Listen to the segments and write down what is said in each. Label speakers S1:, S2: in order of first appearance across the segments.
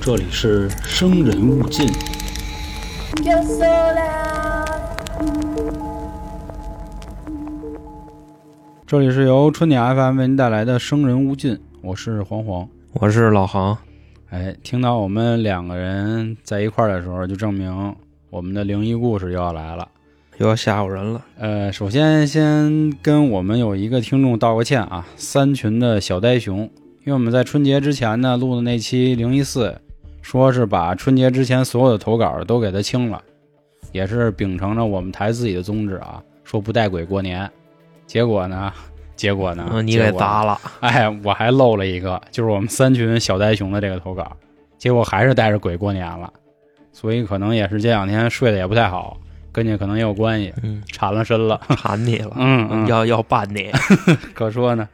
S1: 这里是《生人勿进》。
S2: Yo sola,
S1: 这里是由春点 FM 为您带来的《生人勿进》，我是黄黄。
S3: 我是老航，
S1: 哎，听到我们两个人在一块儿的时候，就证明我们的灵异故事又要来了。
S3: 又要吓唬人了。
S1: 呃，首先先跟我们有一个听众道个歉啊，三群的小呆熊，因为我们在春节之前呢录的那期零一四，说是把春节之前所有的投稿都给他清了，也是秉承着我们台自己的宗旨啊，说不带鬼过年。结果呢，结果呢，
S3: 嗯，你啊给
S1: 啊结果
S3: 砸了。
S1: 哎，我还漏了一个，就是我们三群小呆熊的这个投稿，结果还是带着鬼过年了，所以可能也是这两天睡得也不太好，跟这可能也有关系，
S3: 嗯，
S1: 缠了 身了。
S3: 缠你了。
S1: 嗯嗯
S3: 要要办你。
S1: 可说呢。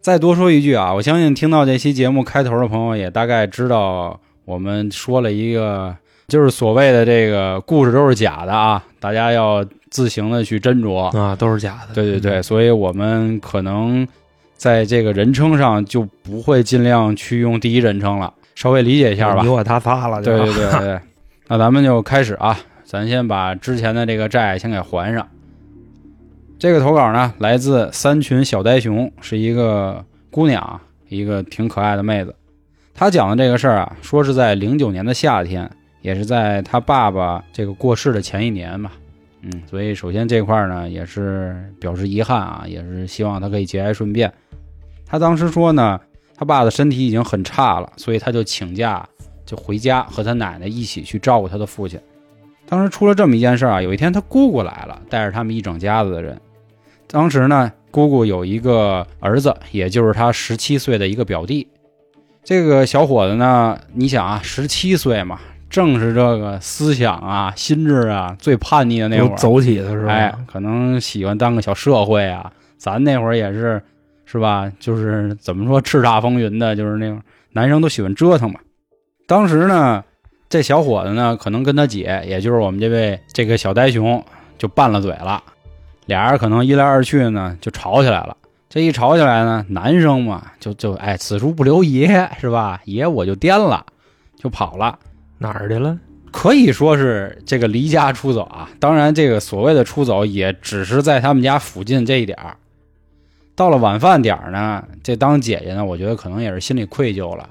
S1: 再多说一句啊，我相信听到这期节目开头的朋友也大概知道，我们说了一个，就是所谓的这个故事都是假的啊，大家要自行的去斟酌。
S3: 啊，都是假的。
S1: 对对对，所以我们可能在这个人称上就不会尽量去用第一人称了，稍微理解一
S3: 一
S1: 下吧
S3: 你。我他仨了就。
S1: 对对对对 对，那咱们就开始啊，咱先把之前的这个债先给还上。这个投稿呢，来自三群小呆熊，是一个姑娘啊，一个挺可爱的妹子。她讲的这个事儿啊，说是在零九年的夏天，也是在她爸爸这个过世的前一年吧。嗯，所以首先这块儿呢，也是表示遗憾啊，也是希望她可以节哀顺变。她当时说呢，她爸的身体已经很差了，所以她就请假就回家和他奶奶一起去照顾他的父亲。当时出了这么一件事儿啊，有一天他姑姑来了，带着他们一整家子的人。当时呢，姑姑有一个儿子，也就是他十七岁的一个表弟。这个小伙子呢，你想啊，十七岁嘛，正是这个思想啊、心智啊最叛逆的那会
S3: 都
S1: 儿，
S3: 走起的时候。
S1: 哎，可能喜欢当个小社会啊。咱那会儿也是，是吧？就是怎么说叱咤风云的，就是那种男生都喜欢折腾嘛。当时呢，这小伙子呢，可能跟他姐，也就是我们这位这个小呆熊，就拌了嘴了。俩人可能一来二去呢，就吵起来了。这一吵起来呢，男生嘛，就就哎，此处不留爷，是吧？爷我就颠了，就跑了。
S3: 哪儿去了？
S1: 可以说是这个离家出走啊。当然，这个所谓的出走也只是在他们家附近这一点儿。到了晚饭点儿呢，这当姐姐呢，我觉得可能也是心里愧疚了，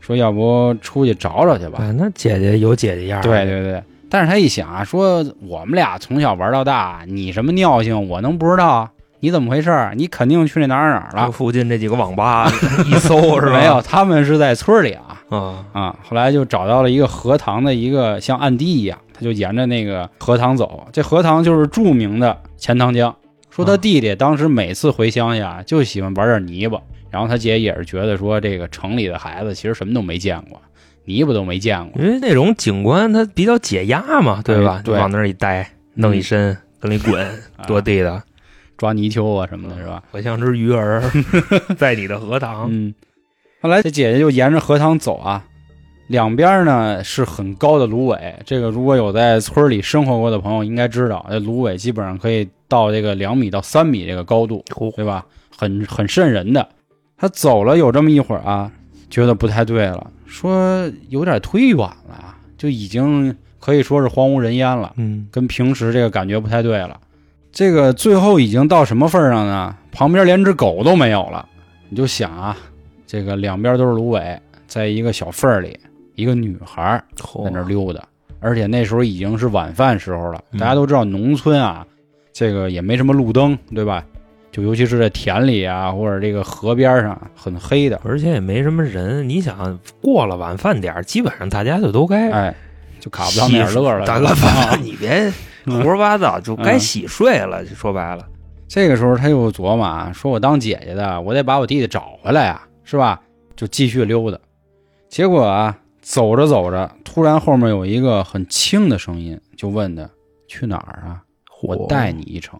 S1: 说要不出去找找去吧。
S3: 哎，那姐姐有姐姐样。
S1: 对。对对，但是他一想啊，说我们俩从小玩到大，你什么尿性我能不知道啊？你怎么回事儿？你肯定去那哪儿哪儿
S3: 这
S1: 了？
S3: 附近这几个网吧 一哦搜是吧？
S1: 啊没有，他们是在村儿里啊。
S3: 啊，
S1: 啊，后来就找到了一个荷塘的一个像暗地一样，他就沿着那个荷塘走。这荷塘就是著名的钱塘江。说他弟弟当时每次回乡下就喜欢玩点泥巴，然后他姐也是觉得说这个城里的孩子其实什么都没见过，泥巴都没见过。
S3: 因为那种景观它比较解压嘛，对吧？
S1: 哎对嗯啊
S3: 你往那儿一待，弄一身，跟里滚，多地道。
S1: 抓泥鳅啊什么的，是吧？
S3: 我像只 鱼儿，在你的荷塘。
S1: 嗯，后来这姐姐就沿着荷塘走啊，两边呢是很高的芦苇。这个如果有在村里生活过的朋友应该知道，这芦苇基本上可以到这个两米到三米这个高度，
S3: 哦
S1: 对吧？很很瘆人的。她走了有这么一会儿啊，觉得不太对了，说有点忒远了，就已经可以说是荒无人烟了。
S3: 嗯，
S1: 跟平时这个感觉不太对了。这个最后已经到什么份儿上呢？旁边连只狗都没有了。你就想啊，这个两边都是芦苇，在一个小缝儿里，一个女孩儿在那儿溜达，而且那时候已经是晚饭时候了。
S3: 嗯
S1: 大家都知道，农村啊，这个也没什么路灯，对吧？就尤其是在田里啊，或者这个河边上，很黑的。
S3: 而且也没什么人。你想，过了晚饭点儿，基本上大家就都该
S1: 哎，就卡不到那儿乐了。
S3: 嗯大哥，
S1: 啊 嗯
S3: 你别胡说八道，就该洗睡了。就说白了，
S1: 这个时候他又琢磨啊，说我当姐姐的，我得把我弟弟找回来呀、是吧？就继续溜达。结果啊，走着走着，突然后面有一个很轻的声音就问他去哪儿啊？我带你一程。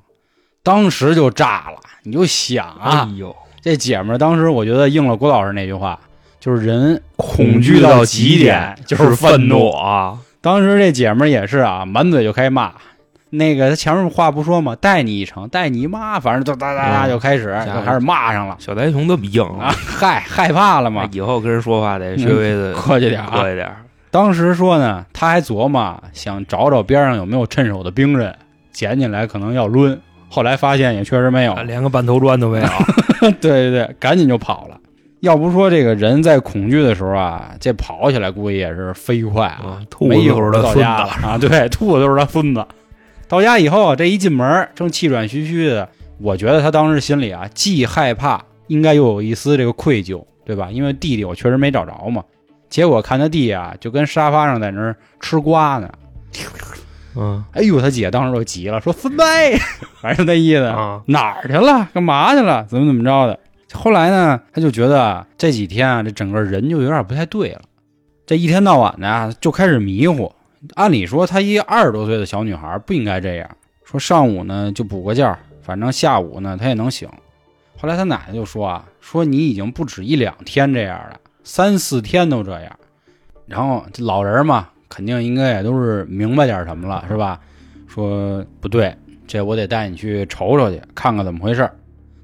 S1: 当时就炸了，你就想啊
S3: 哎，呦，
S1: 这姐们儿当时我觉得应了郭老师那句话，就是人恐
S3: 惧
S1: 惧
S3: 到
S1: 到
S3: 极
S1: 极
S3: 点
S1: 点就
S3: 就
S1: 是是
S3: 愤
S1: 愤
S3: 怒
S1: 怒
S3: 啊！
S1: 当时这姐们儿也是啊，满嘴就开骂，那个他前面话不说嘛，带你一程，带你妈，反正就哒哒哒
S3: 嗯
S1: 就开始、
S3: 家
S1: 就开始骂上了
S3: 小白熊这么硬哎
S1: 啊，，害害怕了嘛，嗯
S3: 以后跟人说话得稍微 的
S1: 客气点啊
S3: 客气点儿。
S1: 当时说呢，他还琢磨想找找边上有没有趁手的兵刃，捡起来可能要抡。后来发现也确实没有
S3: 啊，连个半头砖都没
S1: 哎
S3: 有。
S1: 对对对，赶紧就跑了。要不说这个人在恐惧的时候啊，这跑起来估计也是飞快啊
S3: 啊，兔子
S1: 没一
S3: 都
S1: 会儿
S3: 是
S1: 就
S3: 他
S1: 到
S3: 孙
S1: 家了
S3: 子
S1: 啊。对，兔子都是他孙子。到家以后啊，这一进门正气喘吁吁的，我觉得他当时心里啊既害怕，应该又有一丝这个愧疚，对吧？因为弟弟我确实没找着嘛。结果看他弟啊，就跟沙发上在那儿吃瓜呢。
S3: 嗯
S1: 哎呦，他姐当时就急了，说孙辈， 反正就那意思。
S3: 啊，
S1: 哪儿去了？干嘛去了？怎么怎么着的？后来呢，他就觉得啊这几天啊，这整个人就有点不太对了。这一天到晚的啊，就开始迷糊。按理说，她一二十多岁的小女孩不应该这样。说上午呢就补个觉儿，反正下午呢她也能醒。后来她奶奶就说啊，说你已经不止一两天这样了，三四天都这样。然后这老人嘛，肯定应该也都是明白点儿什么了，是吧？说不对，这我得带你去瞅瞅去，看看怎么回事儿。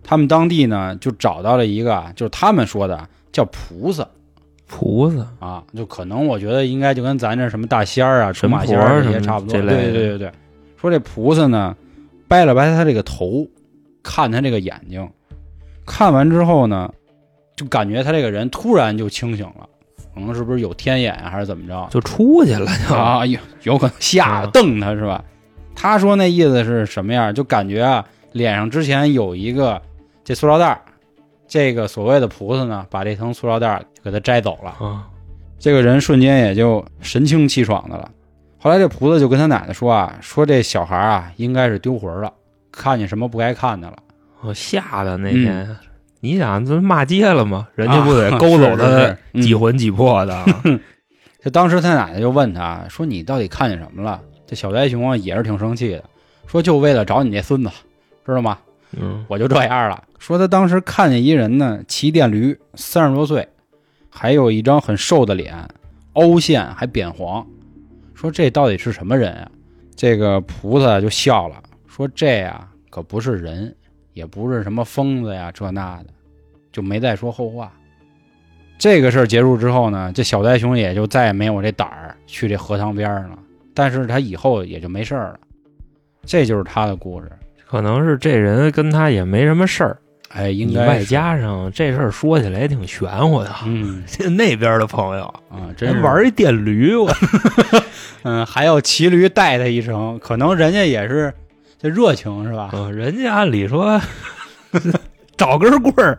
S1: 他们当地呢，就找到了一个啊，就是他们说的叫菩萨
S3: 菩萨
S1: 啊，就可能我觉得应该就跟咱这什么大仙儿啊、出
S3: 神
S1: 马
S3: 婆
S1: 仙儿
S3: 什
S1: 这
S3: 么
S1: 些差不多。对
S3: 这类
S1: 对
S3: 的
S1: 对对对，说这菩萨呢，掰了掰他这个头，看他这个眼睛，看完之后呢，就感觉他这个人突然就清醒了，可能是不是有天眼啊还是怎么着？
S3: 就出去了， 就
S1: 啊，有有可能吓得
S3: 嗯
S1: 瞪他是吧？他说那意思是什么样？就感觉啊，脸上之前有一个这塑料袋儿，这个所谓的菩萨呢，把这层塑料袋儿给他摘走了，
S3: 啊，
S1: 这个人瞬间也就神清气爽的了。后来这菩萨就跟他奶奶说啊，说这小孩啊应该是丢魂儿了，看见什么不该看的了。
S3: 我哦吓的那天，你想这骂街了吗？人家不得
S1: 嗯啊
S3: 勾走
S1: 是是是
S3: 他
S1: 嗯
S3: 几魂几魄的？啊
S1: 这当时他奶奶就问他说：“你到底看见什么了？”这小白熊啊也是挺生气的，说：“就为了找你那孙子，知道吗？”
S3: 嗯，
S1: 我就这样了。说他当时看见一人呢，骑电驴，三十多岁，还有一张很瘦的脸，凹陷还扁黄。说这到底是什么人啊？这个菩萨就笑了，说这呀可不是人，也不是什么疯子呀，这那的，就没再说后话。这个事儿结束之后呢，这小呆熊也就再也没有这胆儿去这荷塘边儿了。但是他以后也就没事儿了。这就是他的故事。
S3: 可能是这人跟他也没什么事儿，
S1: 哎，应
S3: 你
S1: 该
S3: 外
S1: 是
S3: 加上这事儿说起来也挺玄 乎的。
S1: 嗯，
S3: 那边的朋友
S1: 啊，真
S3: 人
S1: 是
S3: 嗯玩一电驴，我
S1: 嗯，还要骑驴带他一程，可能人家也是这热情是吧？
S3: 嗯人家按理说找根棍儿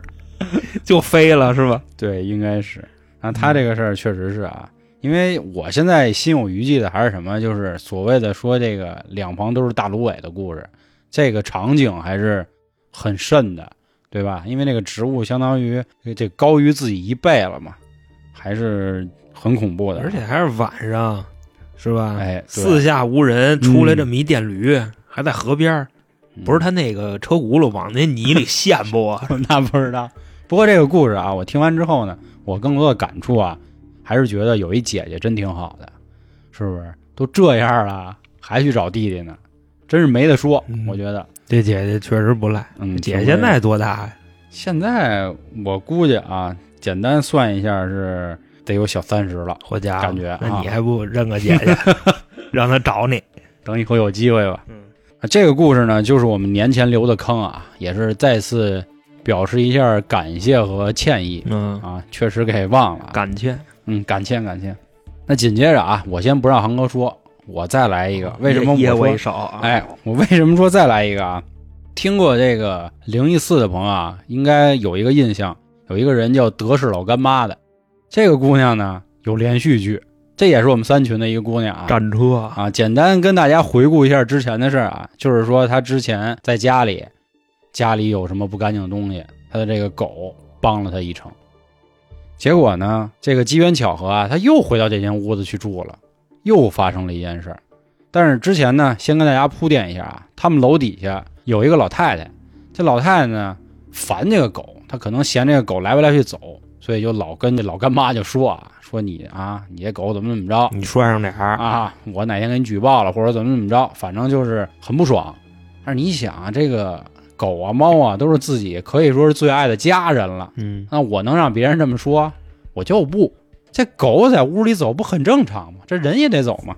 S3: 就飞了是吧？
S1: 对，应该是。啊，他这个事儿确实是啊，因为我现在心有余悸的还是什么，就是所谓的说这个两旁都是大芦苇的故事，这个场景还是很甚的，对吧？因为那个植物相当于这高于自己一倍了嘛，还是很恐怖的。
S3: 而且还是晚上，是吧？
S1: 哎对
S3: 四下无人，出来
S1: 嗯
S3: 这么一电驴，还在河边儿，
S1: 嗯
S3: 不是他那个车轱辘往那泥里陷不？啊
S1: 那不知道。不过这个故事啊，我听完之后呢，我更多的感触啊，还是觉得有一姐姐真挺好的，是不是？都这样了，还去找弟弟呢，真是没得说。
S3: 嗯
S1: 我觉得，
S3: 这姐姐确实不赖，
S1: 嗯，
S3: 姐现在多大呀？
S1: 现在我估计啊，简单算一下是得有小三十了。
S3: 我家伙
S1: 感觉
S3: 那你
S1: 啊
S3: 还不认个姐 姐，让她找你？
S1: 等以后有机会吧。
S3: 嗯
S1: 啊，这个故事呢，就是我们年前留的坑啊，也是再次表示一下感谢和歉意
S3: 嗯，
S1: 啊，确实给忘了啊。
S3: 感谢
S1: 嗯，感谢感谢。那紧接着啊，我先不让航哥说，我再来一个。为什么
S3: 夜
S1: 我
S3: 为
S1: 说？
S3: 首啊？
S1: 哎，我为什么说再来一个啊？听过这个零一四的朋友啊，应该有一个印象，有一个人叫德式老干妈的。这个姑娘呢有连续剧，这也是我们三群的一个姑娘啊。
S3: 战车啊，
S1: 啊，简单跟大家回顾一下之前的事儿啊，就是说他之前在家里，家里有什么不干净的东西，他的这个狗帮了他一程。结果呢，这个机缘巧合啊，他又回到这间屋子去住了，又发生了一件事儿。但是之前呢，先跟大家铺垫一下啊，他们楼底下有一个老太太，这老太太呢烦这个狗，她可能嫌这个狗来回来去走，所以就老跟这老干妈就说啊，说你啊，你这狗怎么怎么着
S3: 你拴上点儿，
S1: 啊，我哪天给你举报了，或者怎么怎么着，反正就是很不爽。但是你想啊，这个狗啊、猫啊，都是自己可以说是最爱的家人了，
S3: 嗯，
S1: 那我能让别人这么说，我就不。这狗在屋里走不很正常吗？这人也得走嘛。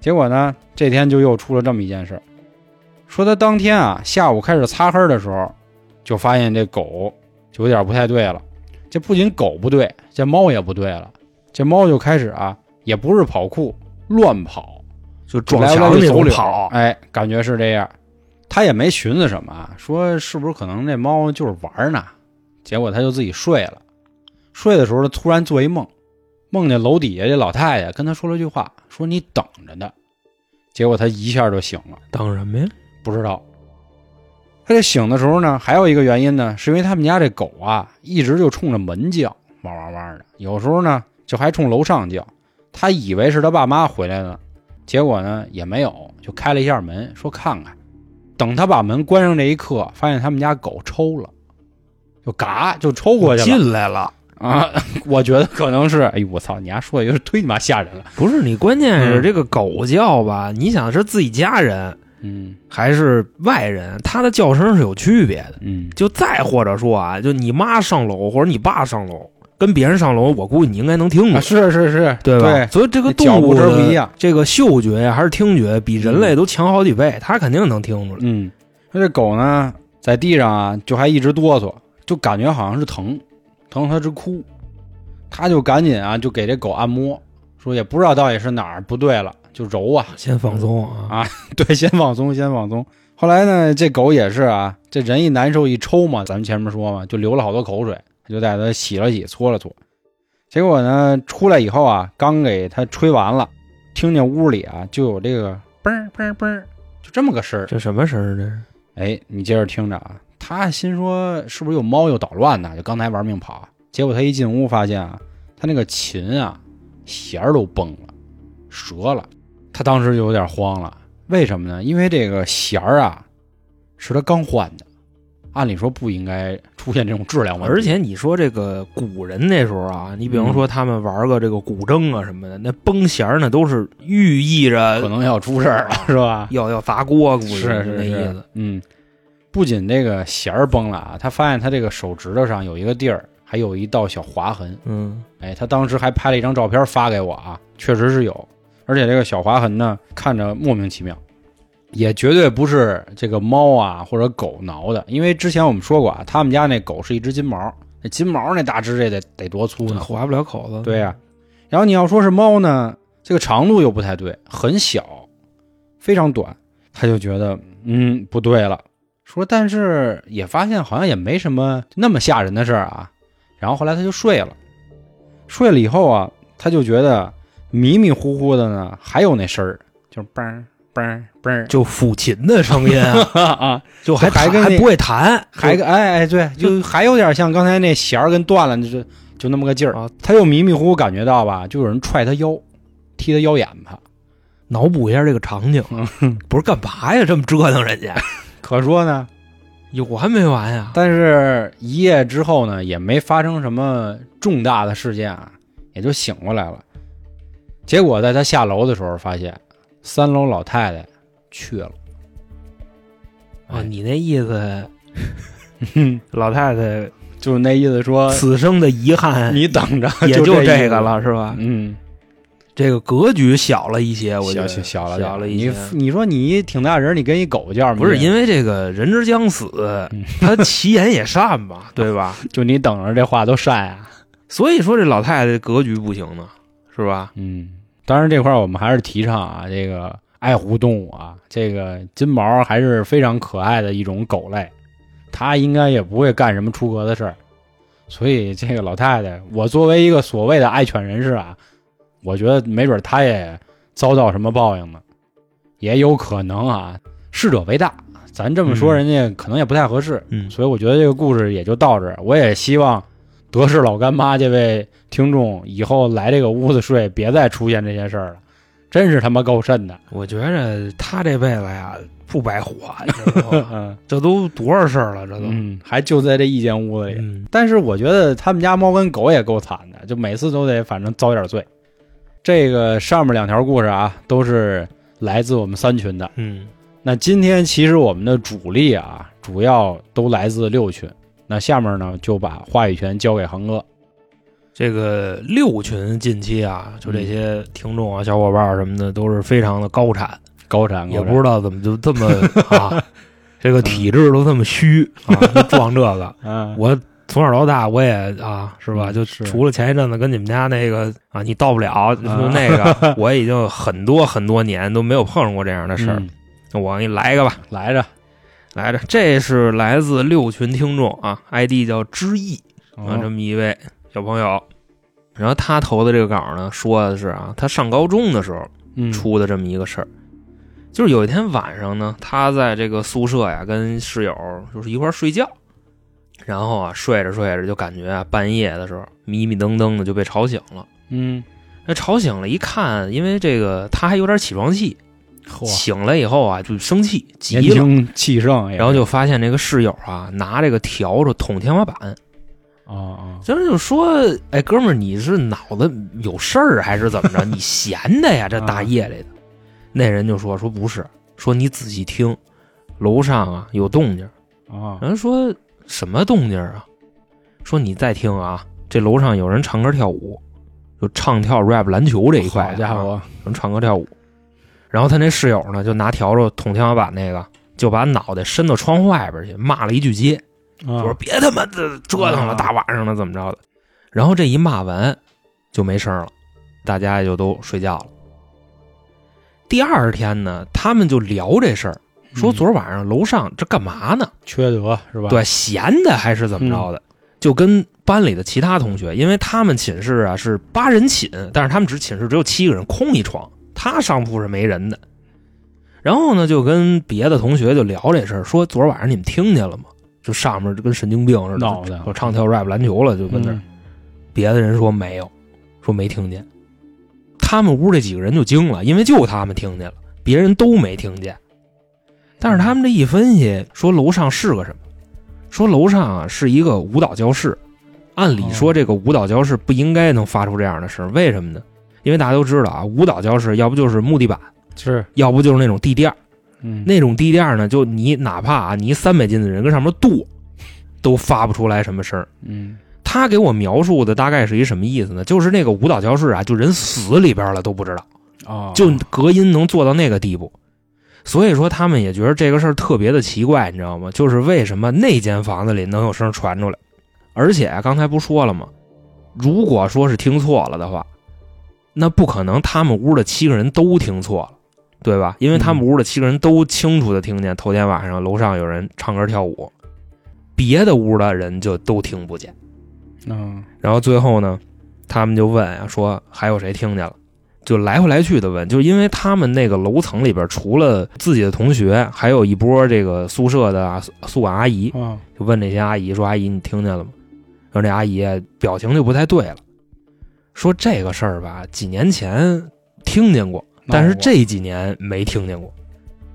S1: 结果呢，这天就又出了这么一件事儿，说他当天啊下午开始擦黑的时候，就发现这狗就有点不太对了。这不仅狗不对，这猫也不对了。这猫就开始啊，也不是跑酷，乱跑，
S3: 就撞墙那
S1: 走
S3: 种
S1: 柳，
S3: 跑，
S1: 哎，感觉是这样。他也没寻思什么啊，说是不是可能这猫就是玩儿呢？结果他就自己睡了。睡的时候，他突然做一梦，梦见楼底下这老太太跟他说了句话，说你等着呢。结果他一下就醒了，
S3: 等什么呀？
S1: 不知道。他这醒的时候呢，还有一个原因呢，是因为他们家这狗啊，一直就冲着门叫，汪汪汪的，有时候呢就还冲楼上叫。他以为是他爸妈回来了，结果呢也没有，就开了一下门，说看看。等他把门关上这一刻，发现他们家狗抽了，就嘎就抽过去了
S3: 进来了，
S1: 啊！ 我觉得可能是，哎呦我操，你丫说的有点忒你妈吓人了，
S3: 不是你，关键是
S1: 嗯
S3: 这个狗叫吧，你想是自己家人
S1: 嗯
S3: 还是外人，它的叫声是有区别的。
S1: 嗯，
S3: 就再或者说啊，就你妈上楼或者你爸上楼，跟别人上楼，我估计你应该能听
S1: 啊
S3: 见，
S1: 是是是，
S3: 嗯对吧？
S1: 对
S3: 所以这个
S1: 这脚
S3: 动
S1: 步
S3: 物
S1: 声不
S3: 的
S1: 一样
S3: 这个嗅觉呀还是听觉比人类都强好几倍，它肯定能听出来。
S1: 嗯，那这狗呢，在地上啊，就还一直哆嗦，就感觉好像是疼，疼它直哭。他就赶紧啊，就给这狗按摩，说也不知道到底是哪儿不对了，就揉啊，
S3: 先放松啊，
S1: 对，先放松，先放松。后来呢，这狗也是啊，这人一难受一抽嘛，咱们前面说嘛，就流了好多口水，就带它洗了洗，搓了搓。结果呢，出来以后啊，刚给它吹完了，听见屋里啊就有这个嘣儿嘣儿嘣儿，就这么个声儿。
S3: 这什么声儿？这是
S1: 哎，你接着听着啊。他心说是不是有猫又捣乱呢？就刚才玩命跑，结果他一进屋发现啊，他那个琴啊弦儿都崩了，折了。他当时就有点慌了，为什么呢？因为这个弦儿啊是他刚换的，按理说不应该出现这种质量问题。
S3: 而且你说这个古人那时候啊，你比方说他们玩个这个古筝啊什么的，那崩弦儿呢都是寓意
S1: 可
S3: 着
S1: 能要出事儿了，是吧？
S3: 要要砸锅，估计
S1: 是
S3: 呃那
S1: 是
S3: 意
S1: 是
S3: 思。，
S1: 嗯，不仅这个弦儿崩了啊，他发现他这个手指头上有一个地儿，还有一道小划痕。
S3: 嗯，
S1: 哎，他当时还拍了一张照片发给我啊，确实是有，而且这个小划痕呢，看着莫名其妙，也绝对不是这个猫啊或者狗挠的，因为之前我们说过啊，他们家那狗是一只金毛，那金毛那大只这得得多粗呢？
S3: 划不了口子。
S1: 对呀、然后你要说是猫呢，这个长度又不太对，很小，非常短，他就觉得嗯不对了，说但是也发现好像也没什么那么吓人的事儿啊。然后后来他就睡了，睡了以后啊，他就觉得迷迷糊糊的呢，还有那声儿，就是嘣嘣嘣
S3: 就抚琴的声音啊，
S1: 啊，
S3: 就还
S1: 还
S3: 弹
S1: 跟那
S3: 还不会弹，
S1: 还个哎哎对，就还有点像刚才那弦儿跟断了，就是就那么个劲儿
S3: 啊。
S1: 他又迷迷糊糊感觉到吧，就有人踹他腰，踢他腰眼吧。
S3: 脑补一下这个场景，
S1: 嗯
S3: 不是干嘛呀？这么折腾人 家，
S1: 可说呢，
S3: 有完没完呀？
S1: 但是一夜之后呢，也没发生什么重大的事件啊，也就醒过来了。结果在他下楼的时候，发现三楼老太太去了。
S3: 啊，你那 意思，老太太
S1: 就是那意思说，
S3: 此生的遗憾
S1: 你等着，
S3: 也
S1: 就
S3: 就
S1: 意
S3: 这
S1: 思
S3: 个。了，是吧？
S1: 嗯，
S3: 这个格局小了一些，哎我觉
S1: 小
S3: 得
S1: 小小了点
S3: 小了一些。
S1: 你你说你挺大人，你跟一狗叫
S3: 不是
S1: 为
S3: 因为这个人之将死
S1: 嗯，
S3: 他其言也善嘛， 对吧？
S1: 就你等着这话都晒啊。
S3: 所以说这老太太格局不行呢，是吧？
S1: 嗯，当然这块儿我们还是提倡啊，这个爱护动物啊，这个金毛还是非常可爱的一种狗类，它应该也不会干什么出格的事儿。所以这个老太太，我作为一个所谓的爱犬人士啊，我觉得没准她也遭到什么报应呢，也有可能啊。适者为大，咱这么说
S3: 嗯
S1: 人家可能也不太合适。
S3: 嗯
S1: 所以我觉得这个故事也就到这儿。我也希望德式老干妈这位听众以后来这个屋子睡，别再出现这些事儿了。真是他妈够瘆的。
S3: 我觉着他这辈子呀不白活，你知道 吗
S1: 嗯
S3: 这都多少事儿了，这都。
S1: 嗯，还就在这一间屋子里。
S3: 嗯
S1: 但是我觉得他们家猫跟狗也够惨的，就每次都得反正遭点罪。这个上面两条故事啊，都是来自我们三群的。
S3: 嗯
S1: 那今天其实我们的主力啊，主要都来自六群。那下面呢，就把话语权交给恒哥。
S3: 这个六群近期啊，就这
S1: 嗯
S3: 些听众啊、小伙伴儿什么的，都是非常的高产，
S1: 高产，
S3: 也
S1: 高产
S3: 不知道怎么就 这么啊，这个体质都这么虚啊，就撞这个。
S1: 嗯，
S3: 我从小到大我也啊，是吧？
S1: 嗯
S3: 就是除了前一阵子跟你们家那个啊，你到不了就
S1: 啊
S3: 那个，我已经很多很多年都没有碰上过这样的事儿
S1: 嗯。
S3: 那我给你来一个吧，
S1: 来着，
S3: 来着，这是来自六群听众啊，ID 叫知意。
S1: 嗯哦
S3: 啊，这么一位小朋友。然后他投的这个稿呢，说的是啊，他上高中的时候
S1: 嗯
S3: 出的这么一个事儿，就是有一天晚上呢，他在这个宿舍呀，跟室友就是一块儿睡觉，然后啊，睡着睡着就感觉啊，半夜的时候迷迷瞪瞪的就被吵醒了。
S1: 嗯，
S3: 那吵醒了，一看，因为这个他还有点起床气，
S1: 嚯，
S3: 醒了以后啊就生气，急
S1: 嗯年
S3: 了，
S1: 轻气盛也是，
S3: 然后就发现这个室友啊拿这个笤帚捅天花板，
S1: 啊啊，
S3: 就是就说，哎，哥们儿，你是脑子有事儿啊还是怎么着？你闲的呀？这
S1: 啊
S3: 大夜里的。那人就说说不是，说你仔细听，楼上啊有动静。
S1: 啊
S3: 人说什么动静啊？说你再听啊，这楼上有人唱歌跳舞，就唱跳 rap 篮球这一块、啊
S1: 好家，伙，
S3: 有人唱歌跳舞。然后他那室友呢，就拿笤帚捅天花板那个，就把脑袋伸到窗户外边去，骂了一句街。
S1: 啊
S3: 我说别他妈的折腾
S1: 啊
S3: 了，大晚上的怎么着的？然后这一骂完就没声儿了，大家也就都睡觉了。第二天呢，他们就聊这事儿，说
S1: 嗯
S3: 昨儿晚上楼上这干嘛呢？
S1: 缺德是吧？，嗯
S3: 对，闲的还是怎么着的？就跟班里的其他同学，因为他们寝室啊是八人寝，但是他们只寝室只有七个人，空一床，他上铺是没人的。然后呢，就跟别的同学就聊这事儿，说昨儿晚上你们听见了吗？就上面就跟神经病似的，
S1: 闹
S3: 就
S1: 的
S3: 就唱跳 rap 篮球了，就跟那儿。
S1: 嗯
S3: 别的人说没有，说没听见。他们屋这几个人就惊了，因为就他们听见了，别人都没听见。但是他们这一分析，说楼上是个什么？说楼上啊是一个舞蹈教室。按理说，
S1: 哦
S3: 这个舞蹈教室不应该能发出这样的声儿，为什么呢？因为大家都知道啊，舞蹈教室要不就是木地板，
S1: 是，
S3: 要不就是那种地垫儿。
S1: 嗯，
S3: 那种地垫儿呢，就你哪怕啊，你三百斤的人跟上面跺，都发不出来什么声儿。
S1: 嗯
S3: 他给我描述的大概是一什么意思呢？就是那个舞蹈教室啊，就人死里边了都不知道，
S1: 啊，
S3: 就隔音能做到那个地步。所以说他们也觉得这个事儿特别的奇怪，你知道吗？就是为什么那间房子里能有声传出来，而且啊刚才不说了吗？如果说是听错了的话，那不可能他们屋的七个人都听错了，对吧？因为他们屋的七个人都清楚的听见头天晚上楼上有人唱歌跳舞，别的屋的人就都听不见。
S1: 嗯
S3: 然后最后呢，他们就问啊，说还有谁听见了？就来回来去的问，就因为他们那个楼层里边，除了自己的同学，还有一波这个宿舍的啊宿宿管阿姨，
S1: 啊，
S3: 就问这些阿姨说：“阿姨，你听见了吗？”然后这阿姨表情就不太对了，说这个事儿吧，几年前听见过，但是这几年没听见过。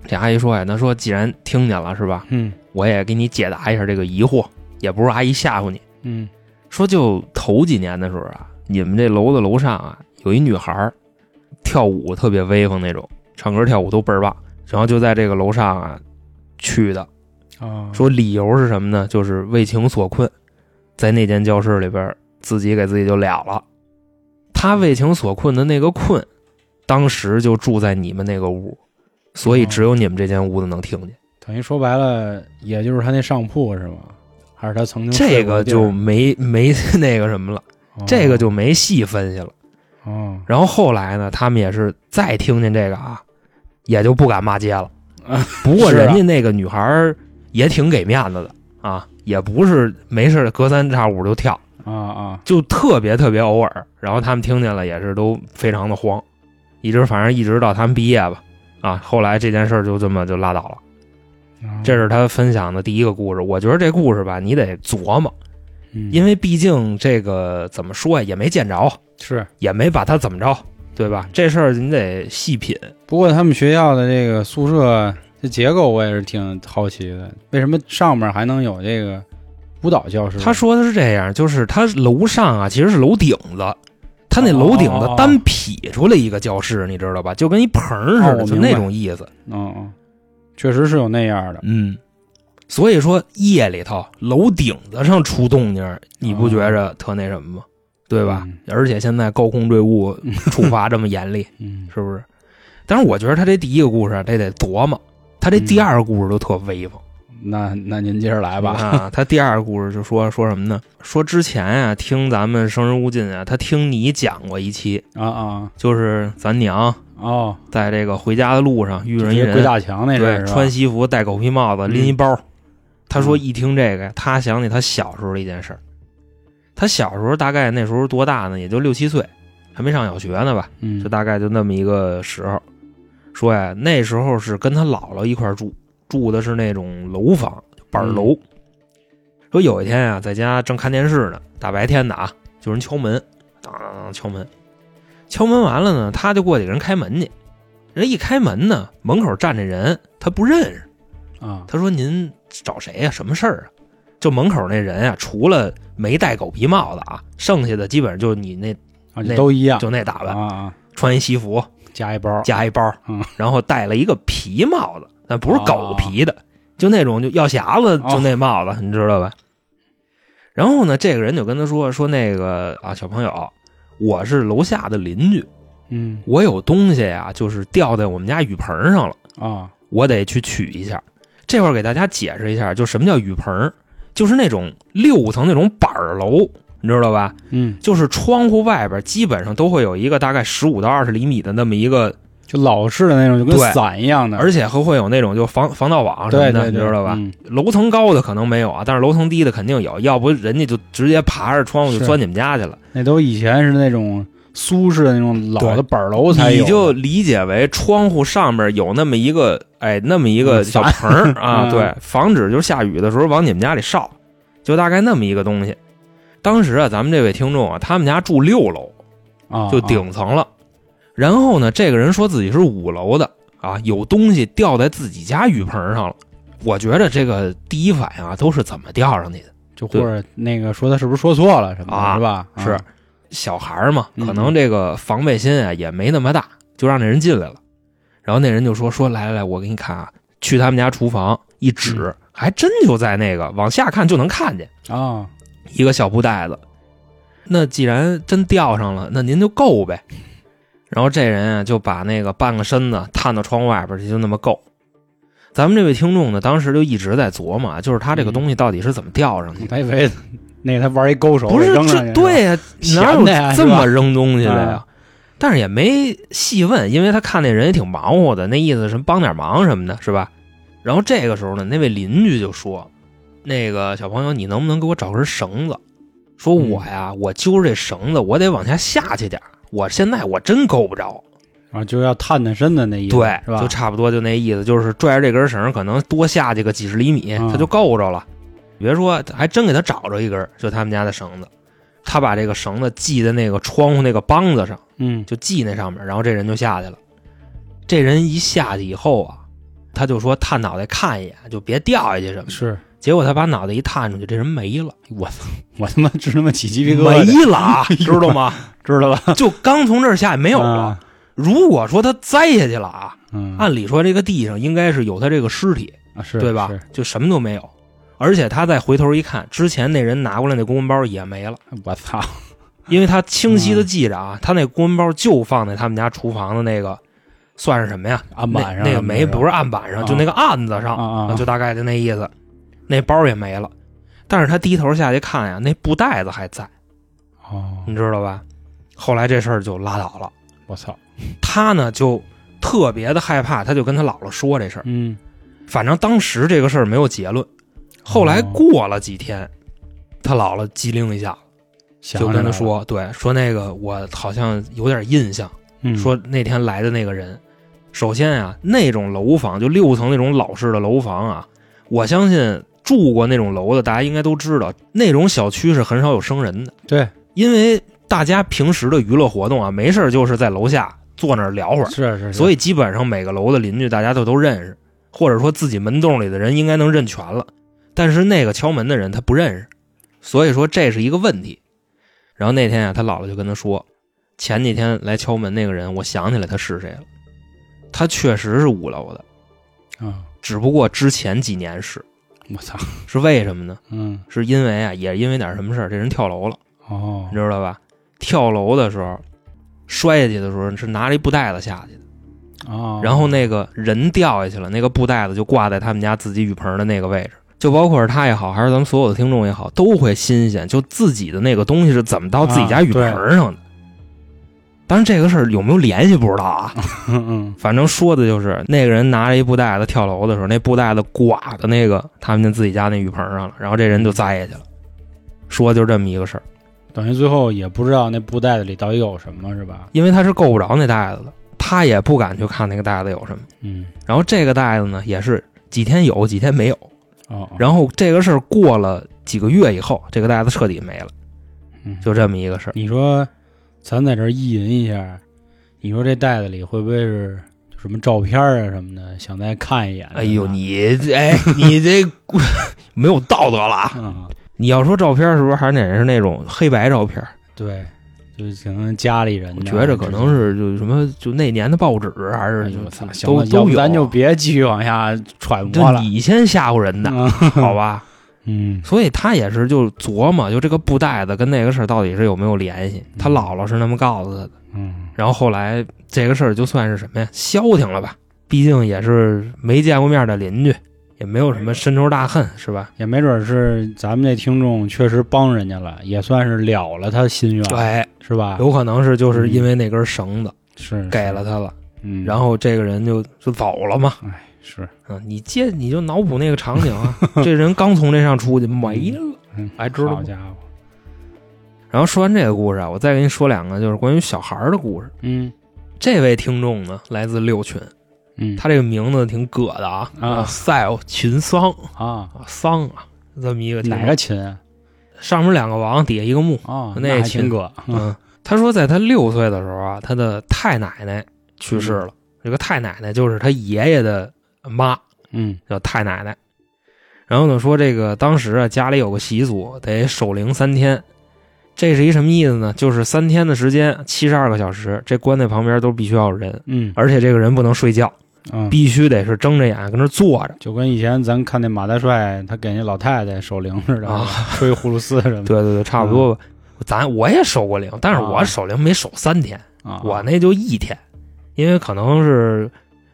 S3: 这阿姨说：“哎，那说既然听见了是吧，
S1: 嗯
S3: 我也给你解答一下这个疑惑，也不是阿姨吓唬你。”
S1: 嗯
S3: 说就头几年的时候啊，你们这楼的楼上啊，有一女孩儿跳舞特别威风那种，唱歌跳舞都倍儿棒。然后就在这个楼上啊去的，
S1: 啊，
S3: 说理由是什么呢？就是为情所困，在那间教室里边儿自己给自己就了了。他为情所困的那个困，当时就住在你们那个屋，所以只有你们这间屋子能听见。
S1: 等于说白了，也就是他那上铺是吗？还是他曾经
S3: 这
S1: 睡嗯过
S3: 个
S1: 的地儿
S3: 就没没那个什么了，
S1: 哦
S3: 这个就没细分析了。
S1: 哦，
S3: 然后后来呢，他们也是再听见这个啊，也就不敢骂街了。不过
S1: 是啊
S3: 人家那个女孩儿也挺给面子的啊，也不是没事儿隔三差五就跳，
S1: 啊啊，
S3: 就特别特别偶尔。然后他们听见了也是都非常的慌，一直反正一直到他们毕业吧，啊，后来这件事儿就这么就拉倒了。
S1: 啊
S3: 这是他分享的第一个故事。我觉得这故事吧，你得琢磨，
S1: 嗯
S3: 因为毕竟这个怎么说呀，也没见着，
S1: 是
S3: 也没把他怎么着，对吧？这事儿你得细品。
S1: 不过他们学校的这个宿舍这结构我也是挺好奇的，为什么上面还能有这个舞蹈教室？
S3: 他说的是这样，就是他楼上啊其实是楼顶子，他那楼顶子
S1: 哦
S3: 单劈出来一个教室，你知道吧？就跟一棚儿似
S1: 哦我
S3: 的，就
S1: 明白
S3: 那种意思。
S1: 嗯，嗯，确实是有那样的。
S3: 嗯，所以说夜里头楼顶子上出动静儿，你不觉着特那什么吗？对吧？
S1: 嗯
S3: 而且现在高空坠物处罚这么严厉，
S1: 嗯，
S3: 是不是？但是我觉得他这第一个故事啊他得琢磨，他
S1: 嗯
S3: 这第二个故事都特威风，
S1: 那那您接着来吧。
S3: 啊，他第二个故事就说说什么呢？说之前啊，听咱们生人勿近啊，他听你讲过一期，
S1: 啊啊
S3: 就是咱娘
S1: 哦，
S3: 在这个回家的路上遇
S1: 就
S3: 上一
S1: 是鬼
S3: 人，
S1: 打墙那阵儿
S3: 对，
S1: 是吧？
S3: 穿西服戴狗皮帽子
S1: 嗯
S3: 拎一包。他说
S1: 嗯
S3: 一听这个，他想起他小时候的一件事儿。他小时候大概那时候多大呢？也就六七岁，还没上小学呢吧？
S1: 嗯
S3: 就大概就那么一个时候。说呀，那时候是跟他姥姥一块儿住，住的是那种楼房板儿楼。说有一天啊，在家正看电视呢，大白天的啊，有人敲门，当当当敲门，敲门完了呢，他就过去给人开门去。人一开门呢，门口站着人，他不认识。
S1: 啊
S3: 他说：“您找谁呀、什么事儿啊？”就门口那人啊，除了没戴狗皮帽子啊，剩下的基本上就你那
S1: 啊，
S3: 那
S1: 就都一样
S3: 就那打扮，
S1: 啊啊，
S3: 穿一西服，
S1: 加一包
S3: 加一包
S1: 嗯，
S3: 然后戴了一个皮帽子，但不是狗皮的，就那种就药匣子
S1: 哦
S3: 就那帽子，你知道吧？然后呢，这个人就跟他说说那个啊，小朋友，我是楼下的邻居，
S1: 嗯
S3: 我有东西啊，就是掉在我们家雨棚上了，
S1: 啊
S3: 我得去取一下。这块儿给大家解释一下，就什么叫雨棚，就是那种六层那种板儿楼，你知道吧？
S1: 嗯，
S3: 就是窗户外边基本上都会有一个大概十五到二十厘米的那么一个
S1: 就老式的那种，就跟
S3: 对
S1: 伞一样的，
S3: 而且还会有那种就防防盗网什么
S1: 嗯对
S3: 的，
S1: 对，
S3: 你
S1: 对
S3: 知道吧？
S1: 嗯
S3: 楼层高的可能没有啊，但是楼层低的肯定有，要不人家就直接爬着窗户就是钻你们家去了。
S1: 那都以前是那种苏式的那种老的
S3: 对
S1: 板楼才有
S3: 你
S1: 的，
S3: 就理解为窗户上面有那么一个哎，那么一 个
S1: 嗯
S3: 小棚儿啊，
S1: 嗯
S3: 对，防止就是下雨的时候往你们家里烧，就大概那么一个东西。当时啊，咱们这位听众啊，他们家住六楼，
S1: 啊
S3: 就
S1: 啊
S3: 顶层了。然后呢，这个人说自己是五楼的啊，有东西掉在自己家雨棚上了。我觉得这个第一反应啊，都是怎么掉上去的？
S1: 就或者那个说他是不是说错了什么的
S3: 啊
S1: 是吧？啊
S3: 是小孩儿嘛，
S1: 嗯
S3: 可能这个防备心啊也没那么大，就让那人进来了。然后那人就说：“说来来来，我给你看啊，去他们家厨房一指，
S1: 嗯
S3: 还真就在那个往下看就能看见
S1: 啊，
S3: 一个小布袋子。那既然真钓上了，那您就够呗。然后这人啊，就把那个半个身子探到窗户外边去，就那么够。咱们这位听众呢，当时就一直在琢磨啊，就是他这个
S1: 嗯
S3: 东西到底是怎么钓上去的。
S1: 我还以为那个他玩一勾手
S3: 不
S1: 给
S3: 是
S1: 扔上去
S3: 这
S1: 了
S3: 对呀、哪
S1: 闲的呀
S3: 有
S1: 是
S3: 这
S1: 吧
S3: 么扔东西的呀
S1: 啊？
S3: 但是也没细问，因为他看那人也挺忙活的，那意思什么帮点忙什么的，是吧？然后这个时候呢，那位邻居就说：“那个小朋友，你能不能给我找根绳子？说
S1: 嗯
S3: 我呀，我揪着这绳子，我得往下下去点儿我现在我真够不着，
S1: 啊，就要探探身的那意思，
S3: 对，
S1: 是吧？
S3: 就差不多就那意思，就是拽着这根绳儿，可能多下去个几十厘米，
S1: 嗯
S3: 他就够着了。别说，还真给他找着一根儿，就他们家的绳子。他把这个绳子系在那个窗户那个梆子上，
S1: 嗯，
S3: 就系那上面，然后这人就下去了。这人一下去以后啊，他就说探脑袋看一眼，就别掉下去什么的。
S1: 是
S3: 结果他把脑袋一探出去，这人没了，我操，
S1: 我他妈直他妈起鸡皮疙瘩，
S3: 没 了啊，知道吗？
S1: 知道吧？
S3: 就刚从这儿下也没有了
S1: 啊。，
S3: 如果说他栽下去了啊，
S1: 嗯，
S3: 按理说这个地上应该是有他这个尸体，
S1: 啊是
S3: 对吧
S1: 是？
S3: 就什么都没有，而且他再回头一看，之前那人拿过来那公文包也没了，
S1: 我操，
S3: 因为他清
S1: 嗯
S3: 晰的记着啊，他那公文包就放在他们家厨房的那个，算是什么呀？
S1: 案板上
S3: 那那
S1: 了
S3: 个没不是案板上，
S1: 啊
S3: 就那个案子
S1: 啊
S3: 上，
S1: 啊，
S3: 就大概就那意思。那包也没了，但是他低头下去看呀，那布袋子还在，
S1: 哦，
S3: 你知道吧？后来这事儿就拉倒了，
S1: 我操，
S3: 他呢就特别的害怕，他就跟他姥姥说这事儿。
S1: 嗯，
S3: 反正当时这个事儿没有结论。后来过了几天，他姥姥机灵一下，
S1: 哦想
S3: 就
S1: 起来
S3: 跟他
S1: 了，
S3: 说：“对，说那个我好像有点印象，
S1: 嗯
S3: 说那天来的那个人。首先啊，那种楼房就六层那种老式的楼房啊，我相信住过那种楼的大家应该都知道，那种小区是很少有生人的，
S1: 对，
S3: 因为大家平时的娱乐活动啊，没事儿就是在楼下坐那儿聊会儿，
S1: 是是，
S3: 所
S1: 以
S3: 以基本上每个楼的邻居大家都都认识，或者说自己门洞里的人应该能认全了。但是那个敲门的人他不认识，所以说这是一个问题。然后那天啊，他姥姥就跟他说，前几天来敲门那个人，我想起来他是谁了，他确实是五楼的，
S1: 啊，
S3: 只不过之前几年是
S1: 我操，
S3: 是为什么呢？
S1: 嗯，
S3: 是因为啊，也是因为点什么事儿，这人跳楼了，
S1: 哦
S3: 你，知道吧？跳楼的时候，摔下去的时候是拿了一布袋子下去的。
S1: 哦，
S3: 然后那个人掉下去了，那个布袋子就挂在他们家自己雨棚的那个位置，就包括是他也好，还是咱们所有的听众也好，都会新鲜，就自己的那个东西是怎么到自己
S1: 啊
S3: 家雨棚上的。当然，这个事儿有没有联系不知道啊，
S1: 嗯
S3: 反正说的就是那个人拿着一布袋子跳楼的时候，那布袋子挂到那个他们家自己家那雨棚上了，然后这人就栽下去了。说就是这么一个事儿，
S1: 嗯，等于最后也不知道那布袋子里到底有什么，是吧？
S3: 因为他是够不着那袋子的，他也不敢去看那个袋子有什么。
S1: 嗯，
S3: 然后这个袋子呢，也是几天有，几天没有。
S1: 哦，
S3: 然后这个事儿过了几个月以后，这个袋子彻底没了，
S1: 嗯
S3: 就这么一个事儿。
S1: 你说咱在这儿意淫一下，你说这袋子里会不会是就什么照片啊什么的，想再看一眼？
S3: 哎呦，你这哎，你这没有道德了啊！
S1: 啊，
S3: 你要说照片，是不是还得是那种黑白照片？
S1: 对，就是可能家里人的，
S3: 我觉着可能是就什么就那年的报纸，啊还
S1: 哎
S3: 是
S1: 呦
S3: 就
S1: 我操，行
S3: 都
S1: 了要
S3: 都
S1: 不
S3: 有。
S1: 咱就别继续往下揣摩
S3: 就
S1: 了。
S3: 你先吓唬人的，
S1: 嗯
S3: 好吧？
S1: 嗯
S3: 所以他也是就琢磨，就这个布袋子跟那个事儿到底是有没有联系？他姥姥是那么告诉他的。
S1: 嗯，
S3: 然后后来这个事儿就算是什么呀，消停了吧？毕竟也是没见过面的邻居，也没有什么深仇大恨，是吧？
S1: 也没准是咱们这听众确实帮人家了，也算是了了他心愿，
S3: 哎，
S1: 是吧？
S3: 有可能是就是因为那根绳子
S1: 是是
S3: 给了他了，
S1: 嗯，
S3: 然后这个人就就走了嘛。
S1: 是
S3: 嗯，你接你就脑补那个场景 啊，这人刚从这上出去没了，
S1: 嗯
S3: 还知道
S1: 好
S3: 不？
S1: 家伙，
S3: 然后说完这个故事啊，我再给你说两个就是关于小孩儿的故事。
S1: 嗯
S3: 这位听众呢，来自六群，
S1: 嗯，
S3: 他这个名字挺葛的啊，
S1: 啊
S3: 赛奥群桑
S1: 啊，
S3: 啊，桑啊，这么一个听众
S1: 哪个亲啊？
S3: 上面两个王，底下一个木。
S1: 哦
S3: 那
S1: 还
S3: 亲
S1: 亲哥，
S3: 嗯，他说在他六岁的时候啊，他的太奶奶去世了。这个太奶奶就是他爷爷的妈，
S1: 嗯
S3: 叫太奶奶。然后呢，说这个当时啊，家里有个习俗，得守灵三天。这是一什么意思呢？就是三天的时间，七十二个小时，这棺材旁边都必须要有人，
S1: 嗯
S3: 而且这个人不能睡觉，
S1: 嗯，
S3: 必须得是睁着眼跟那坐着。
S1: 就跟以前咱看那马大帅，他给那老太太守灵似的
S3: 啊，
S1: 吹葫芦丝什么的。
S3: 对对对，差不多吧。咱我也守过灵，但是我
S1: 啊
S3: 守灵没守三天。
S1: 啊，
S3: 我那就一天，因为可能是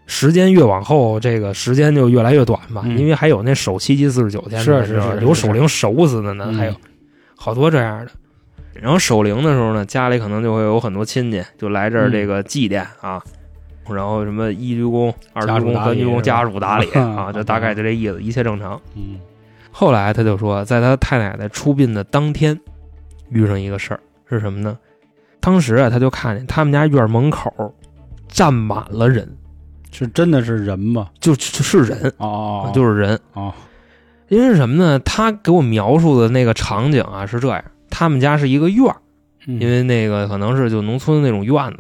S3: 时间越往后，这个时间就越来越短吧。
S1: 嗯
S3: 因为还有那守七七四十九天的，
S1: 是是
S3: 吧
S1: 是是
S3: 有守灵守死的呢，
S1: 嗯
S3: 还有好多这样的。然后守灵的时候呢，家里可能就会有很多亲戚就来这儿
S1: 嗯
S3: 这个祭奠啊，然后什么一鞠躬、二鞠
S1: 家属
S3: 躬、
S1: 打
S3: 三
S1: 理
S3: 鞠躬、
S1: 是吧
S3: 家属打理啊，就大概就这意思，一切正常。
S1: 嗯
S3: 后来他就说，在他太奶奶出殡的当天，遇上一个事儿是什么呢？当时啊，他就看见他们家院门口站满了人，
S1: 是真的是人吗？
S3: 就就是人，
S1: 哦，
S3: 就是是人。
S1: 哦，
S3: 因为是什么呢？他给我描述的那个场景啊是这样：他们家是一个院儿，
S1: 因
S3: 因为那个可能是就农村那种院子，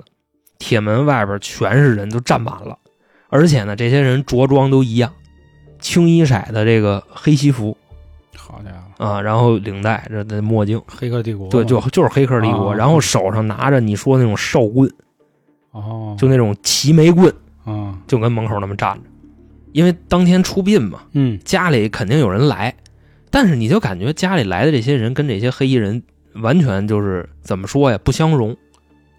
S3: 铁门外边全是人，都站满了。而且呢，这些人着装都一样，青衣色的这个黑西服
S1: 好家伙，
S3: 啊，然后领带这这墨镜。
S1: 黑客帝国嘛
S3: 对，就就是黑客帝国，
S1: 啊
S3: 然后手上拿着你说那种哨棍，
S1: 哦，
S3: 就那种齐眉棍，
S1: 啊
S3: 就跟门口那么站着。因为当天出殡嘛，
S1: 嗯
S3: 家里肯定有人来，但是你就感觉家里来的这些人跟这些黑衣人完全就是怎么说呀，不相容，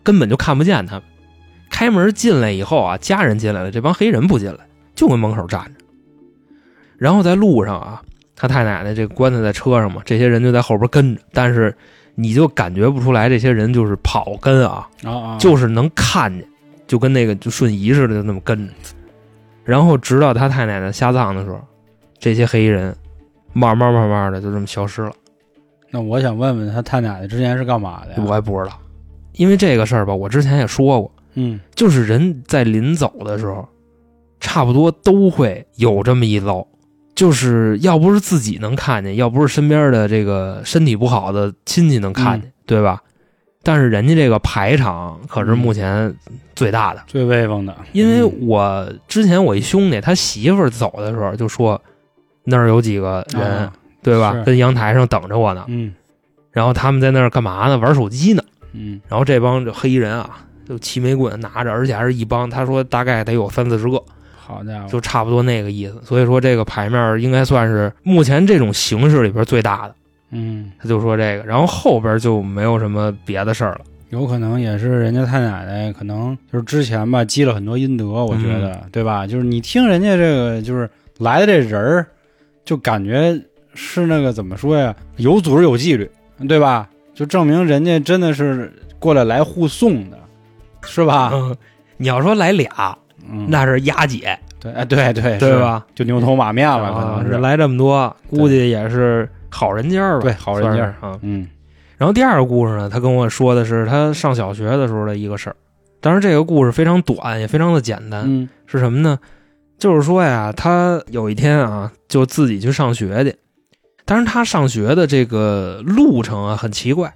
S3: 根本就看不见他们。开门进来以后啊，家人进来了，这帮黑人不进来，就跟门口站着。然后在路上啊，他太奶奶这棺材在车上嘛，这些人就在后边跟着，但是你就感觉不出来，这些人就是跑跟啊，
S1: 啊啊，
S3: 就是能看见，就跟那个就瞬移似的，就那么跟着。然后直到他太奶奶下葬的时候，这些黑衣人慢慢慢慢的就这么消失了。
S1: 那我想问问他太奶奶之前是干嘛的呀？
S3: 我也不知道，哎因为这个事儿吧，我之前也说过，
S1: 嗯
S3: 就是人在临走的时候，差不多都会有这么一遭，就是要不是
S1: 嗯
S3: 自嗯己能看见，要不是身边的这个身体不好的亲戚能看见，对吧？但是人家这个排场可是目前最大的，
S1: 最威风的，
S3: 因为
S1: 嗯
S3: 我之前我一兄弟他媳妇儿走的时候就说那儿有几个人，
S1: 啊
S3: 对吧
S1: 是？
S3: 跟阳台上等着我呢，
S1: 嗯
S3: 然后他们在那儿干嘛呢？玩手机呢。
S1: 嗯，
S3: 然后这帮这黑衣人啊，就齐眉棍拿着，而且还是一帮，他说大概得有三四十个，
S1: 好家伙，
S3: 就差不多那个意思。所以说这个牌面应该算是目前这种形式里边最大的。
S1: 嗯，
S3: 他就说这个，然后后边就没有什么别的事儿了。
S1: 有可能也是人家太奶奶，可能就是之前吧积了很多阴德，我觉得、
S3: 嗯
S1: 对吧？就是你听人家这个，就是来的这人儿，就感觉是那个怎么说呀，有组织有纪律，对吧？就证明人家真的是过来来护送的，是吧？
S3: 嗯，你要说来俩，
S1: 啊嗯，
S3: 那是押解，
S1: 对，哎，对对
S3: 对
S1: 是
S3: 吧？
S1: 就牛头马面了，可
S3: 啊
S1: 能，
S3: 这
S1: 是。
S3: 来这么多，估计也是好人家儿吧？
S1: 对好人家
S3: 算是啊。
S1: 嗯
S3: 然后第二个故事呢，他跟我说的是他上小学的时候的一个事儿。当然，这个故事非常短，也非常的简单。
S1: 嗯
S3: 是什么呢？就是说呀，他有一天啊，就自己去上学去。但是他上学的这个路程啊，很奇怪，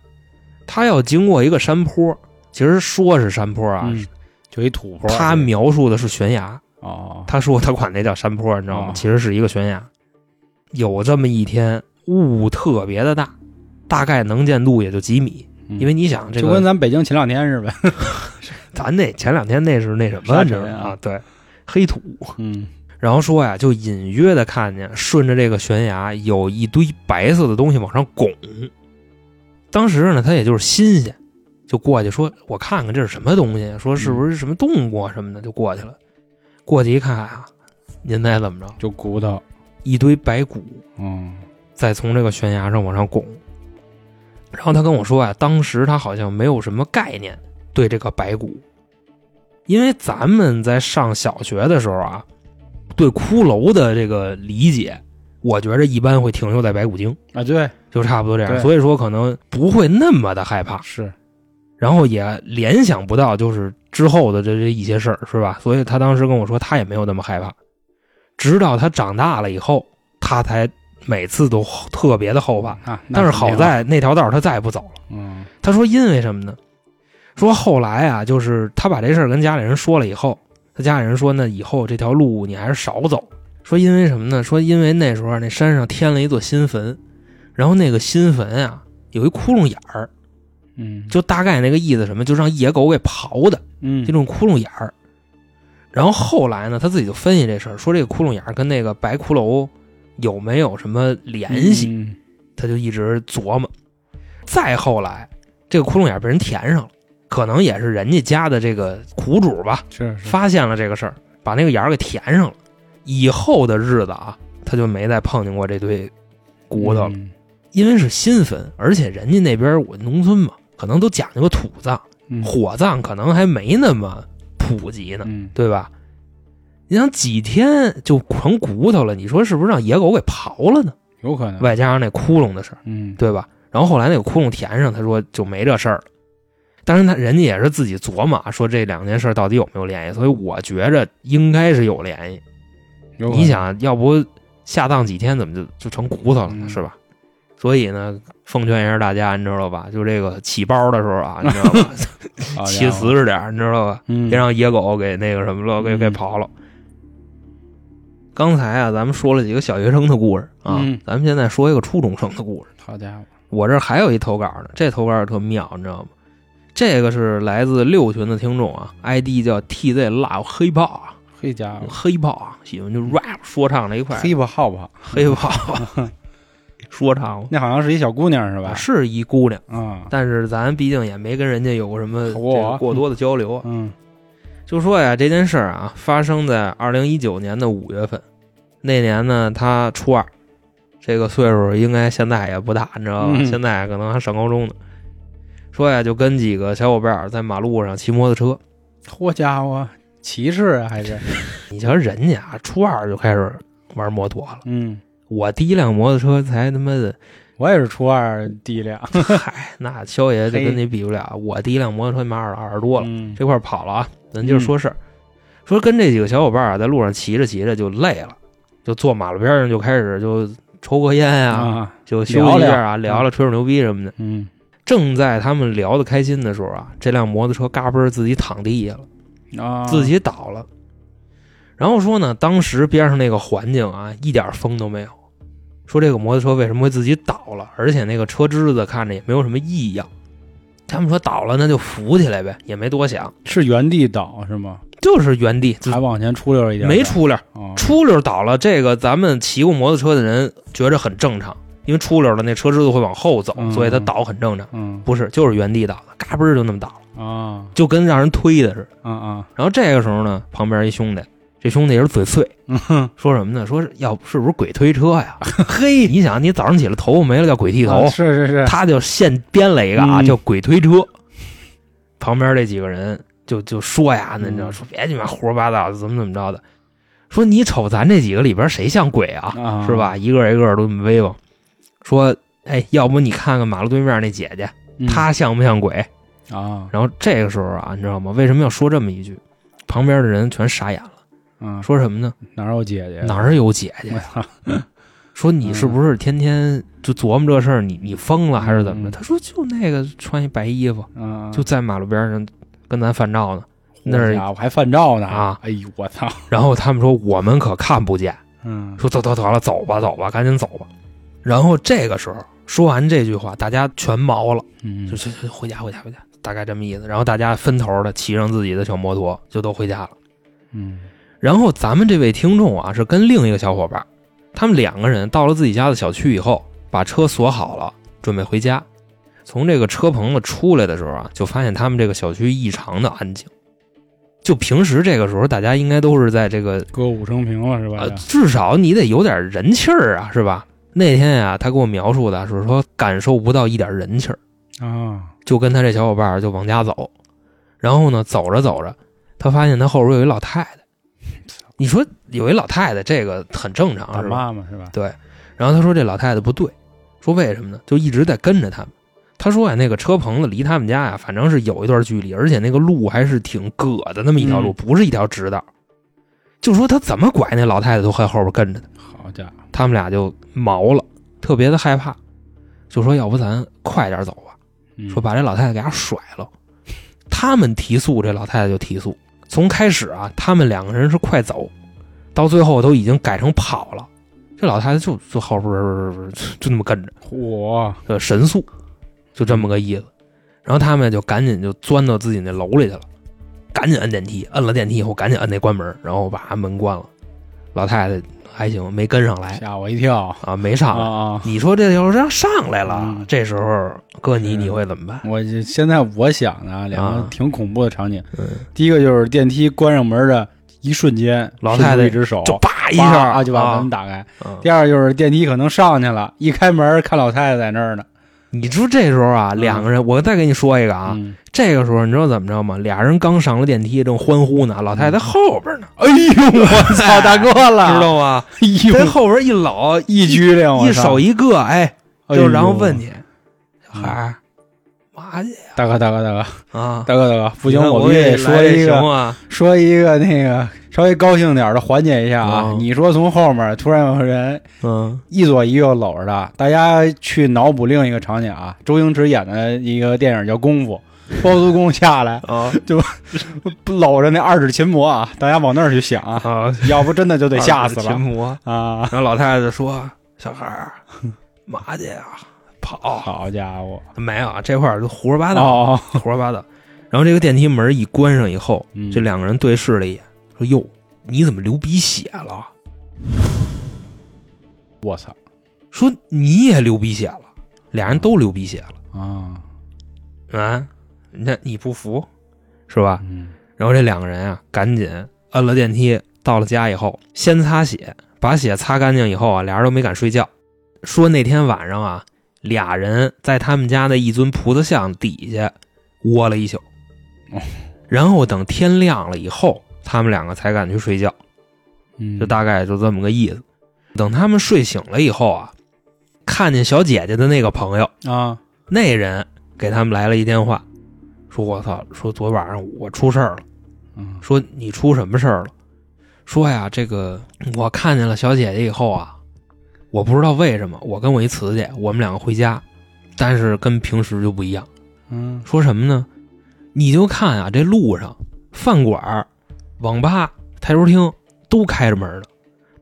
S3: 他要经过一个山坡。其实说是山坡啊，
S1: 嗯，就一土坡。啊
S3: 他描述的是悬崖。
S1: 哦，
S3: 他说他管那叫山坡，你知道吗？
S1: 哦
S3: 其实是一个悬崖。有这么一天，雾特别的大，大概能见度也就几米。
S1: 嗯
S3: 因为你想，这
S1: 就跟
S3: 个
S1: 咱北京前两天似的。
S3: 咱那前两天那是那什么，
S1: 沙
S3: 你知道
S1: 尘
S3: 吗？
S1: 啊
S3: 啊，对，黑土。
S1: 嗯
S3: 然后说呀，就隐约的看见顺着这个悬崖有一堆白色的东西往上拱。当时呢，他也就是新鲜，就过去说：“我看看这是什么东西？说是不是什么动物啊什么的？”就过去了。过去一看啊，您猜怎么着？
S1: 就骨头，
S3: 一堆白骨
S1: 嗯
S3: 再从这个悬崖上往上拱。然后他跟我说啊，当时他好像没有什么概念对这个白骨，因为咱们在上小学的时候啊，对骷髅的这个理解，我觉着一般会停留在白骨精，
S1: 啊，对，
S3: 就差不多这样，
S1: 对
S3: 所以说可能不会那么的害怕，
S1: 是
S3: 然后也联想不到就是之后的这这一些事儿，是吧？所以他当时跟我说，他也没有那么害怕，直到他长大了以后，他才每次都特别的后怕。
S1: 啊。那
S3: 嗯但是好
S1: 肯定啊，
S3: 在那条道儿他再也不走了。
S1: 嗯
S3: 他说因为什么呢？说后来啊，就是他把这事儿跟家里人说了以后，他家里人说那以后这条路你还是少走。说因为什么呢？说因为那时候啊那山上添了一座新坟，然后那个新坟啊有一窟窿眼儿，
S1: 嗯，
S3: 就大概那个意思什么，就让野狗给刨的
S1: 嗯
S3: 这种窟窿眼儿。然后后来呢，他自己就分析这事儿，说这个窟窿眼儿跟那个白骷髅有没有什么联系？
S1: 嗯
S3: 他就一直琢磨。再后来，这个窟窿眼被人填上了，可能也是人家家的这个苦主吧，
S1: 是是嗯
S3: 发现了这个事儿，把那个眼儿给填上了。以后的日子啊，他就没再碰见过这堆骨头了，
S1: 嗯
S3: 因为是新坟，而且人家那边儿我农村嘛，可能都讲究个土葬，
S1: 嗯
S3: 火葬可能还没那么普及呢，
S1: 嗯
S3: 对吧？你想几天就成骨头了，你说是不是让野狗给刨了呢？
S1: 有可能，
S3: 外加上那窟窿的事儿。
S1: 嗯
S3: 对吧？然后后来那个窟窿填上，他说就没这事儿了。当然，他人家也是自己琢磨啊，说这两件事到底有没有联系，所以我觉着应该是有联系。
S1: 有可能
S3: 你想要不下葬几天，怎么就就成骨头了呢，
S1: 嗯
S3: 是吧？所以呢，奉劝一下大家，你知道吧？就这个起包的时候啊，你知道吧？
S1: 好
S3: 起
S1: 家伙
S3: 死实点儿，你知道吧？
S1: 嗯
S3: 别让野狗给那个什么了，给给
S1: 嗯
S3: 刨了。刚才啊，咱们说了几个小学生的故事啊，
S1: 嗯
S3: 咱们现在说一个初中生的故事。
S1: 好家伙，
S3: 我这儿还有一投稿呢，这投稿特妙，你知道吗？这个是来自六群的听众啊，ID 叫 TZ 辣黑豹啊，
S1: 嘿家伙，
S3: 黑豹啊，喜欢就 rap 说唱这一块，
S1: 黑不好不好？
S3: 黑豹 啊说唱
S1: 那好像是一小姑娘是吧？
S3: 是一姑娘，
S1: 啊，
S3: 但是咱毕竟也没跟人家有过什么这
S1: 好啊
S3: 个过多的交流啊。
S1: 嗯
S3: 就说呀，这件事儿啊，发生在二零一九年的五月份，那年呢，他初二，这个岁数应该现在也不大，你知道吧？
S1: 嗯
S3: 现在可能还上高中呢。说呀，就跟几个小伙伴儿在马路上骑摩托车，
S1: 好家伙，歧视啊还是？
S3: 你瞧人家啊，初二就开始玩摩托了。
S1: 嗯，
S3: 我第一辆摩托车才他妈的，
S1: 我也是初二第一辆，
S3: 嗨，那肖爷就
S1: 嘿
S3: 跟你比不了。我第一辆摩托车他妈二二十多了，
S1: 嗯
S3: 这块儿跑了啊，咱接着说事儿，说跟这几个小伙伴儿啊，在路上骑着骑着就累了，就坐马路边上就开始就抽个烟啊，
S1: 啊，
S3: 就休息一下啊，
S1: 聊聊
S3: 聊了吹吹牛逼什么的。
S1: 嗯
S3: 正在他们聊得开心的时候啊，这辆摩托车嘎嘣儿自己躺地下了，
S1: 啊，
S3: 自己倒了。然后说呢，当时边上那个环境啊，一点风都没有。说这个摩托车为什么会自己倒了，而且那个车枝子看着也没有什么异样。他们说倒了，那就扶起来呗，也没多想，
S1: 是原地倒是吗？
S3: 就是原地，就
S1: 还往前出溜了一点儿，
S3: 没出溜儿。
S1: 啊，
S3: 出溜倒了，这个咱们骑过摩托车的人觉着很正常，因为出溜了那车枝子会往后走，
S1: 嗯
S3: 所以它倒很正常。
S1: 嗯
S3: 不是，就是原地倒的，嘎嘣儿就那么倒了，
S1: 啊
S3: 就跟让人推的似的。
S1: 啊啊，
S3: 然后这个时候呢，旁边一兄弟，这兄弟也是嘴碎，
S1: 嗯哼，
S3: 说什么呢？说是要不是不是鬼推车 呀？嘿，你想你早上起来头发没了叫鬼剃头，
S1: 啊是是是，
S3: 他就现编了一个啊，
S1: 嗯
S3: 叫鬼推车。旁边这几个人就就说呀，那
S1: 嗯
S3: 你知道说别你妈胡说八道，怎么怎么着的，说你瞅咱这几个里边谁像鬼啊？
S1: 啊
S3: 是？吧？一个一个都这么威风，说哎，要不你看看马路对面那姐姐，
S1: 嗯
S3: 她像不像鬼？
S1: 啊，
S3: 然后这个时候啊，你知道吗？为什么要说这么一句？旁边的人全傻眼了，
S1: 嗯，
S3: 说什么呢？
S1: 哪儿有姐姐？
S3: 哪儿有姐姐
S1: 我？操，
S3: 说你是不是天天就琢磨这事儿？你你疯了还是怎么
S1: 嗯嗯
S3: 着？他说就那个穿一白衣服，
S1: 嗯，
S3: 就在马路边上跟咱犯照呢。那
S1: 好
S3: 儿
S1: 家伙还犯照呢
S3: 啊！
S1: 哎呦，我操，
S3: 然后他们说我们可看不见，
S1: 嗯
S3: 说得得得了，走吧走吧，赶紧走吧。然后这个时候说完这句话，大家全毛了，
S1: 嗯
S3: 就就就回家回家回家，大概这么意思。然后大家分头的骑上自己的小摩托，就都回家了。
S1: 嗯
S3: 然后咱们这位听众啊，是跟另一个小伙伴，他们两个人到了自己家的小区以后，把车锁好了，准备回家。从这个车棚子出来的时候啊，就发现他们这个小区异常的安静。就平时这个时候，大家应该都是在这个
S1: 歌舞升平了是
S3: 呃，
S1: 吧？
S3: 至少你得有点人气儿啊，是吧？那天呀、他给我描述的是说感受不到一点人气儿，
S1: 啊，
S3: 就跟他这小伙伴儿就往家走。然后呢，走着走着，他发现他后边有一老太太。你说有一老太太，这个很正常，
S1: 他
S3: 啊是吧？
S1: 妈妈是吧？
S3: 对。然后他说这老太太不对，说为什么呢？就一直在跟着他们。他说呀、啊那个车棚子离他们家呀、反正是有一段距离，而且那个路还是挺葛的，那么一条路，
S1: 嗯
S3: 不是一条直道。就说他怎么拐，那老太太都在后边跟着他。
S1: 好家伙，
S3: 他们俩就毛了，特别的害怕，就说要不咱快点走吧，
S1: 嗯
S3: 说把这老太太给她甩了。他们提速，这老太太就提速。从开始啊，他们两个人是快走，到最后都已经改成跑了。这老太太就就后边儿就就那么跟着，
S1: 我
S3: 呃，神速，就这么个意思。然后他们就赶紧就钻到自己那楼里去了，赶紧摁电梯，摁了电梯以后赶紧摁那关门，然后把门关了。老太太还行，没跟上来
S1: 吓我一跳
S3: 啊，没上来。
S1: 啊！
S3: 你说这要是让上来了，
S1: 嗯
S3: 这时候哥你
S1: 是
S3: 你会怎么办？
S1: 我这现在我想的啊，两
S3: 啊
S1: 个挺恐怖的场景。
S3: 嗯
S1: 第一个就是电梯关上门的一瞬间，
S3: 老
S1: 伸出
S3: 太太
S1: 一只手
S3: 就哦叭一
S1: 叭
S3: 下
S1: 啊就把门
S3: 打。
S1: 打开。
S3: 啊
S1: 第二就是电梯可能上去了，一开门看老太太在那儿呢
S3: 你说这时候啊，
S1: 嗯
S3: 两个人，我再给你说一个啊，
S1: 嗯
S3: 这个时候你知道怎么着吗？俩人刚上了电梯，正欢呼呢，老太太在后边 呢，
S1: 哎呦，我 操，大哥了，
S3: 嗯知？道吗？
S1: 哎
S3: 在
S1: 呦，
S3: 后边一搂
S1: 一拘灵，我
S3: 一
S1: 操
S3: 手一个，哎，嗯
S1: 哎
S3: 就
S1: 呦
S3: 然后问你，小孩儿，嘛去
S1: 大哥，大哥，大哥，
S3: 啊？
S1: 大哥，大哥，不行，
S3: 你看
S1: 我
S3: 我
S1: 必须
S3: 也
S1: 得说一
S3: 行
S1: 个，
S3: 啊，
S1: 说一个那个稍微高兴点儿的缓解一下啊
S3: 哦。
S1: 你说从后面突然有人
S3: 嗯
S1: 一左一右搂着他，大家去脑补另一个场景啊。周星驰演的一个电影叫《功 夫》，包租公下来
S3: 啊
S1: 搂着那二指琴魔啊，大家往那儿去想 啊，
S3: 啊，
S1: 要不真的就得吓死
S3: 秦
S1: 了
S3: 魔。
S1: 啊！
S3: 然后老太太就说：“小孩 儿，嘛去呀？跑
S1: 好家伙，
S3: 没有啊？这块儿都胡说八道，
S1: 哦，
S3: 胡说八道。”然后这个电梯门一关上以后，
S1: 嗯
S3: 这两个人对视了一眼，说：“哟，你怎么流鼻血了
S1: 我操？”
S3: 说：“你也流鼻血了。”俩人都流鼻血了
S1: 啊！
S3: 啊！那你不服是吧？
S1: 嗯
S3: 然后这两个人啊，赶紧摁了电梯，到了家以后，先擦血，把血擦干净以后啊，俩人都没敢睡觉。说那天晚上啊，俩人在他们家那一尊菩萨像底下窝了一宿
S1: 哦，
S3: 然后等天亮了以后，他们两个才敢去睡觉，
S1: 嗯，
S3: 就大概就这么个意思。等他们睡醒了以后啊，看见小姐姐的那个朋友，
S1: 啊，
S3: 那人给他们来了一电话，说：“我操，说昨晚上我出事儿了。”
S1: 嗯
S3: 说你出什么事儿了？说呀，这个我看见了小姐姐以后啊，我不知道为什么，我跟我一瓷姐，我们两个回家，但是跟平时就不一样。
S1: 嗯
S3: 说什么呢？你就看啊，这路上饭馆儿、网吧、台球厅都开着门呢，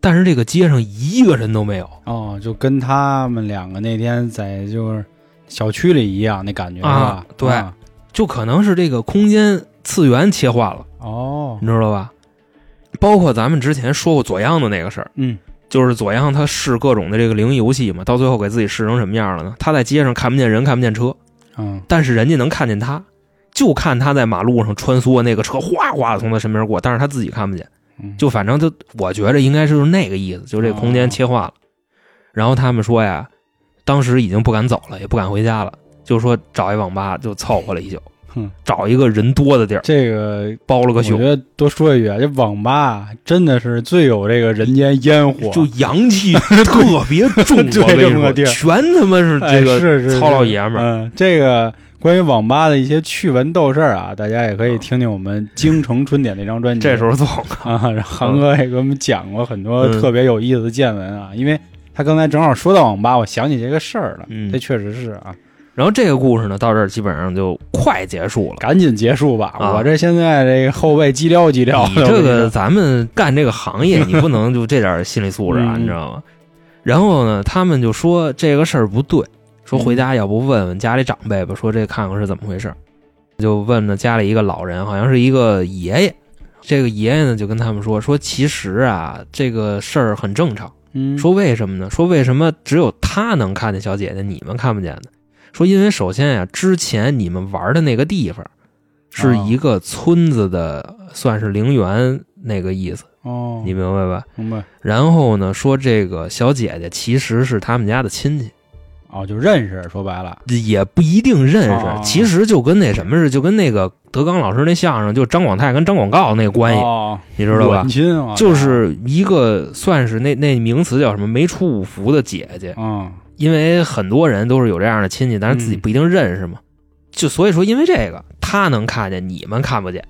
S3: 但是这个街上一个人都没有
S1: 哦，就跟他们两个那天在就是小区里一样，那感觉是
S3: 啊
S1: 吧？
S3: 对
S1: 啊
S3: 就可能是这个空间次元切换了，
S1: 哦
S3: 你，知道吧？包括咱们之前说过左央的那个事儿，
S1: 嗯
S3: 就是左央他试各种的这个灵异游戏嘛，到最后给自己试成什么样了呢？他在街上看不见人，看不见车，
S1: 嗯，
S3: 但是人家能看见他，就看他在马路上穿梭，那个车哗哗的从他身边过，但是他自己看不见。
S1: 嗯哦
S3: 就反正就我觉着应该是那个意思，就这空间切换了。然后他们说呀，当时已经不敢走了，也不敢回家了，就说找一网吧就凑合了一宿
S1: 哼，
S3: 找一个人多的地儿
S1: 这个
S3: 包了个
S1: 我觉
S3: 宿，
S1: 得多说一句啊，这网吧真的是最有这个人间烟火，
S3: 就阳 气特别重。啊
S1: 对
S3: 我
S1: 这
S3: 跟你
S1: 么
S3: 说
S1: 个地儿
S3: 全他妈是
S1: 哎
S3: 这个
S1: 是是
S3: 糙老爷们儿。
S1: 嗯，这个关于网吧的一些趣闻逗事儿啊，大家也可以听听我们《京城春点》那张专辑。
S3: 这时候走，
S1: 啊，然后韩哥也给我们讲过很多
S3: 嗯
S1: 特别有意思的见闻啊，因为他刚才正好说到网吧，我想起这个事儿了，
S3: 嗯
S1: 这确实是啊，
S3: 然后这个故事呢，到这儿基本上就快结束 了。
S1: 赶紧结束吧，
S3: 啊
S1: 我这现在这个后背激撩激撩的，
S3: 你这
S1: 我跟
S3: 个
S1: 你说
S3: 咱们干这个行业，你不能就这点心理素质啊，
S1: 嗯
S3: 你知道吗？然后呢，他们就说这个事儿不对，说
S1: 嗯
S3: 回家要不问问家里长辈吧，说这看看是怎么回事儿。就问了家里一个老人，好像是一个爷爷。这个爷爷呢就跟他们说说，其实啊这个事儿很正常。
S1: 嗯
S3: 说为什么呢？说为什么只有他能看见小姐姐，你们看不见呢？说因为首先呀、之前你们玩的那个地
S1: 哦
S3: 方是一个村子的，算是陵园那个意思，
S1: 哦，
S3: 你明白吧？
S1: 明白
S3: 然后呢，说这个小姐姐其实是他们家的亲戚，
S1: 哦，就认识，说白了，
S3: 也不一定认识。
S1: 哦
S3: 其实就跟那什么似的，就跟那个德刚老师那相声，就张广泰跟张广告那个关系，
S1: 哦，
S3: 你知道吧
S1: 远？亲啊，
S3: 就是一个算是那那名词叫什么没出五福的姐姐，
S1: 嗯
S3: 因为很多人都是有这样的亲戚，但是自己不一定认识嘛。就所以说，因为这个他能看见，你们看不见，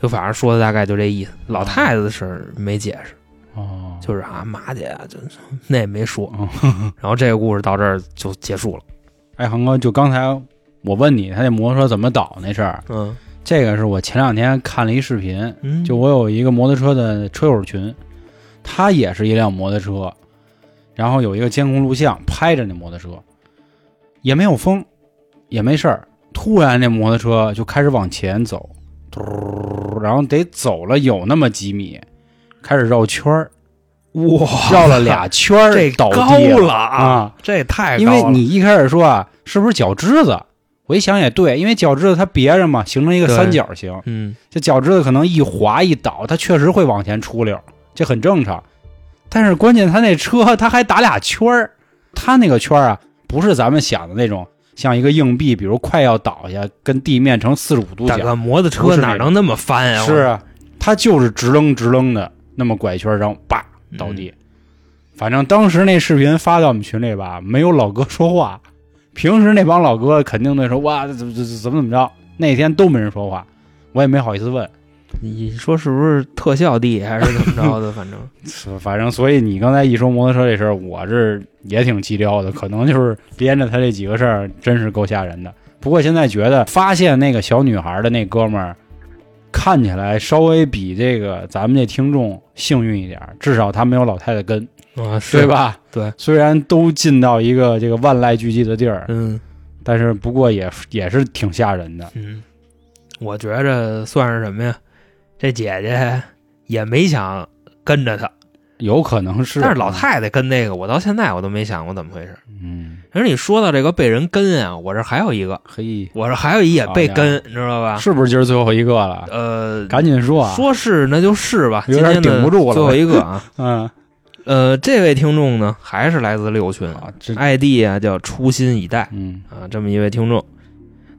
S3: 就反正说的大概就这意思。老太太的事儿没解释，
S1: 哦，
S3: 就是啊，马姐就那也没说。
S1: 哦
S3: 然后这个故事到这儿就结束了。
S1: 哎，恒哥，就刚才我问你，他那摩托车怎么倒那事儿，
S3: 嗯
S1: 这个是我前两天看了一视频，
S3: 嗯，
S1: 就我有一个摩托车的车友群，他也是一辆摩托车，然后有一个监控录像拍着那摩托车，也没有风，也没事儿。突然那摩托车就开始往前走，嘟，然后得走了有那么几米，开始绕圈儿，
S3: 哇，
S1: 绕了俩圈儿，
S3: 这
S1: 倒
S3: 高
S1: 地
S3: 了
S1: 啊！
S3: 这太
S1: 因为你一开始说啊，是不是脚趾子？我一想也对，因为脚趾子它别着嘛，形成一个
S3: 对
S1: 三角形。
S3: 嗯
S1: 这脚趾头可能一滑一倒，它确实会往前出溜，这很正常。但是关键他那车他还打俩圈儿，他那个圈儿啊，不是咱们想的那种像一个硬币，比如快要倒下，跟地面成四十五度
S3: 大
S1: 角，
S3: 哥，摩托
S1: 不
S3: 车
S1: 是那
S3: 哪能那么翻呀？
S1: 是啊，他就是直愣直愣的那么拐圈儿，然后叭
S3: 我
S1: 倒地。反正当时那视频发到我们群里吧，没有老哥说话。平时那帮老哥肯定都说哇怎么怎么怎么怎么着，那天都没人说话，我也没好意思问。
S3: 你说是不是特效地还是怎么 着的？反正
S1: 反正，所以你刚才一说摩托车这事儿，我是也挺激撩的，可能就是连着他这几个事儿，真是够吓人的。不过现在觉得发现那个小女孩的那哥们儿，看起来稍微比这个咱们这听众幸运一点儿，至少他没有老太太跟，
S3: 啊，是
S1: 对？吧？
S3: 对，
S1: 虽然都进到一个这个万籁俱寂的地儿，
S3: 嗯。
S1: 但是不过也也是挺吓人的。
S3: 嗯，我觉着算是什么呀？这姐姐也没想跟着他，
S1: 有可能是，啊
S3: 但是老，太太跟那个，我到现在我都没想过怎么回事。
S1: 嗯，
S3: 而你说到这个被人跟啊，我这还有一个，
S1: 嘿，
S3: 我这还有一也被
S1: 好家
S3: 跟，你知道吧？
S1: 哦是不是今儿最后一个了？
S3: 呃，
S1: 赶紧说啊！
S3: 啊说是那就是吧，
S1: 有
S3: 今
S1: 点
S3: 天的
S1: 顶不住了
S3: 最后一 个啊，
S1: 嗯，
S3: 呃，这位听众呢，还是来自六群
S1: 啊，这，
S3: ，ID 啊叫初心以待。
S1: 嗯。
S3: 啊，这么一位听众，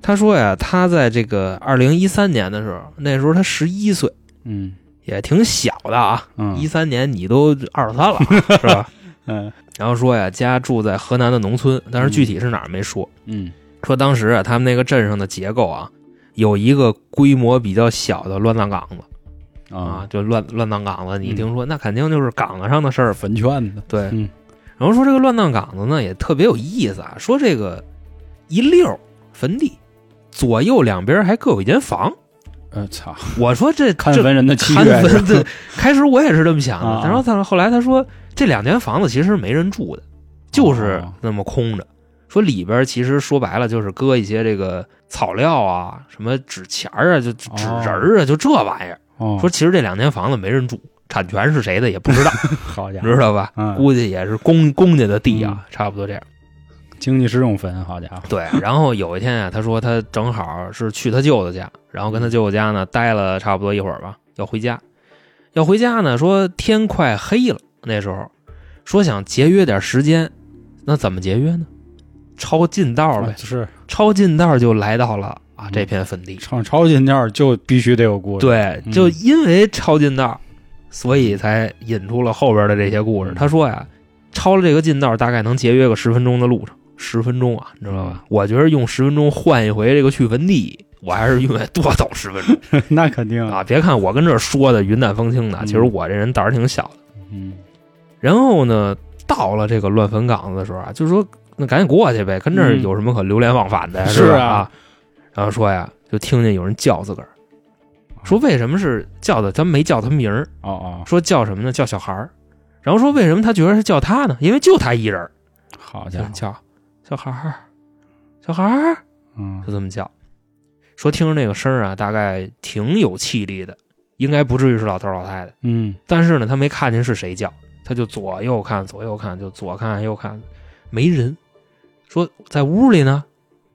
S3: 他说呀，他在这个二零一三年的时候，那时候他十一岁，
S1: 嗯
S3: 也挺小的啊。
S1: 嗯
S3: 一三年你都二十三 了啊，是吧？
S1: 嗯
S3: 然后说呀，家住在河南的农村，但是具体是哪儿没说。
S1: 嗯
S3: 说当时啊，他们那个镇上的结构啊，有一个规模比较小的乱葬岗子啊
S1: 啊，，
S3: 就乱乱葬岗子。你
S1: 嗯
S3: 听说，那肯定就是岗子上的事儿呗。
S1: 坟圈子，
S3: 对，
S1: 嗯
S3: 然后说这个乱葬岗子呢也特别有意思啊，说这个一溜儿坟地，左右两边还各有一间房。
S1: 呃，操，
S3: 我说这
S1: 看
S3: 这
S1: 文人的七
S3: 看
S1: 月是吧
S3: 坟地，开始我也是这么想的
S1: 啊，
S3: 但是他后来他说这两间房子其实是没人住的，就是
S1: 哦
S3: 那么空着。说里边其实说白了就是搁一些这个草料啊，什么纸钱儿啊，就纸
S1: 哦
S3: 纸人儿啊，就这玩意儿。
S1: 哦，
S3: 说其实这两间房子没人住，产权是谁的也 不知道，
S1: 好家伙
S3: 知，道吧
S1: 嗯？
S3: 估计也是公公家的地啊，差不多这样。
S1: 经济适用坟，好家伙，
S3: 对，然后有一天啊，他说他正好是去他舅舅家，然后跟他舅舅家呢待了差不多一会儿吧，要回家，要回家呢，说天快黑了，那时候说想节约点时间，那怎么节约呢？抄近道呗
S1: 啊，是
S3: 抄近道就来到了啊
S1: 嗯
S3: 这片坟地。
S1: 唱超近调就必须得有故事，
S3: 对，
S1: 嗯
S3: 就因为抄近道，所以才引出了后边的这些
S1: 嗯
S3: 故事。他说呀，抄了这个近道，大概能节约个十分钟的路程，十分钟啊，你知道吧？我觉得用十分钟换一回这个去坟地，我还是愿意多走十分 钟
S1: 那肯定，
S3: 啊！别看我跟这儿说的云淡风轻的，
S1: 嗯
S3: 其实我这人胆儿挺小的。
S1: 嗯，
S3: 然后呢，到了这个乱坟岗子的时候啊，就说那赶紧过去呗，跟这儿
S1: 嗯
S3: 有什么可流连忘返的呀？
S1: 是啊
S3: 吧啊，然后说呀，就听见有人叫自个儿，说为什么是叫的，咱没叫他名儿。
S1: 哦哦，
S3: 说叫什么呢？叫小孩儿。然后说为什么他觉得是叫他呢？因为就他一人儿，
S1: 好
S3: 就
S1: 家
S3: 这
S1: 伙，
S3: 么叫小孩儿，小孩儿，
S1: 嗯
S3: 就这么叫。说听着那个声儿啊，大概挺有气力的，应该不至于是老头儿老太太。
S1: 嗯，
S3: 但是呢，他没看见是谁叫，他就左右看，左右看，就左看右看，没人。说在屋里呢，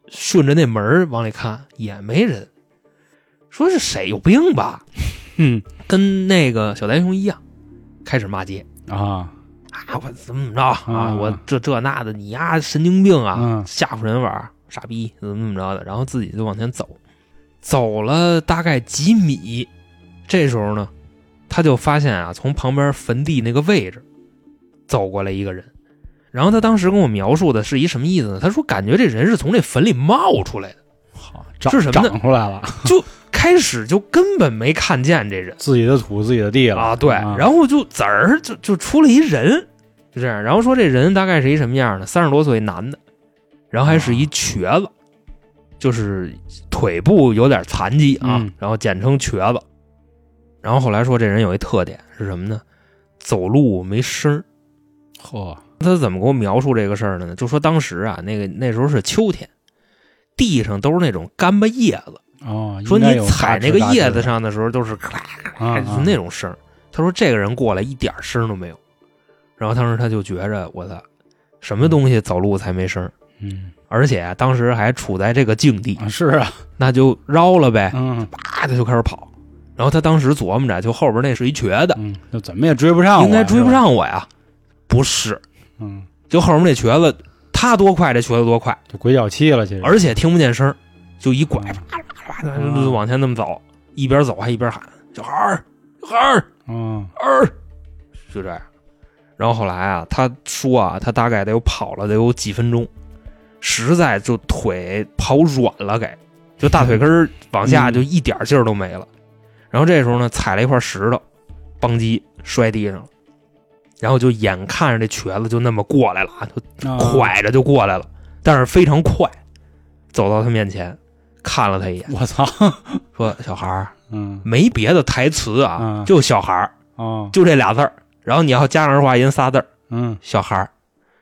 S3: 顺着那门儿往里看也没人。说是谁有病吧？
S1: 嗯
S3: 跟那个小白熊一样，开始骂街。
S1: 啊，
S3: 啊，我怎么怎么着啊，
S1: 嗯
S3: 我这这那的，你呀神经病啊
S1: 嗯，
S3: 吓唬人玩儿，傻逼，怎么怎么着的，然后自己就往前走，走了大概几米，这时候呢，他就发现啊，从旁边坟地那个位置走过来一个人，然后他当时跟我描述的是一什么意思呢？他说感觉这人是从这坟里冒出来的，
S1: 好，长
S3: 是什么呢
S1: 长出来了，
S3: 开始就根本没看见这人。
S1: 自己的土自己的地了
S3: 啊，对，然后就滋儿就就出了一人，就这样。然后说这人大概是一什么样呢？三十多岁男的，然后还是一
S1: 啊
S3: 瘸子，就是腿部有点残疾啊，
S1: 嗯
S3: 然后简称瘸子。然后后来说这人有一特点是什么呢？走路没声儿。
S1: 嚯，
S3: 他怎么给我描述这个事儿的呢？就说当时啊，那个那时候是秋天，地上都是那种干巴叶子，
S1: 哦，
S3: 说
S1: 应该
S3: 你
S1: 有
S3: 踩
S1: 大
S3: 那个
S1: 枝大
S3: 叶
S1: 枝
S3: 子上的时候都是咔啦
S1: 啊啊
S3: 哎，就那种声儿。他说这个人过来一点声儿都没有，然后当时他就觉着我操，什么东西走路才没声儿，
S1: 嗯
S3: 而且啊当时还处在这个境地，
S1: 啊是啊，
S3: 那就绕了呗，
S1: 嗯
S3: 啪他就开始跑。然后他当时琢磨着，就后边那是一瘸子，
S1: 嗯，就怎么也追不上我，
S3: 应该追不
S1: 是吧，
S3: 上我呀，不是，
S1: 嗯，
S3: 就后面那瘸子他多快，这瘸子多快，
S1: 就鬼脚气了，其实，
S3: 而且听不见声儿，就一拐
S1: 嗯
S3: 啪啦啪啦啪啦就往前那么走，一边走还一边喊小孩儿，小孩儿。
S1: 嗯
S3: 二，就这样。然后后来啊，他说啊，他大概得有跑了得有几分钟，实在就腿跑软了给，就大腿根儿 往下
S1: 嗯
S3: 就一点劲儿都没了。然后这时候呢，踩了一块石头，邦叽摔地上了。然后就眼看着这瘸子就那么过来了啊，就
S1: 啊
S3: 拐着就过来了，但是非常快，走到他面前，看了他一眼，
S1: 我操，
S3: 说：“小孩儿，
S1: 嗯
S3: 没别的台词啊
S1: 嗯，
S3: 就小孩儿。”
S1: 哦
S3: 就这俩字儿。然后你要加上儿化音仨字儿，
S1: 嗯
S3: 小孩儿。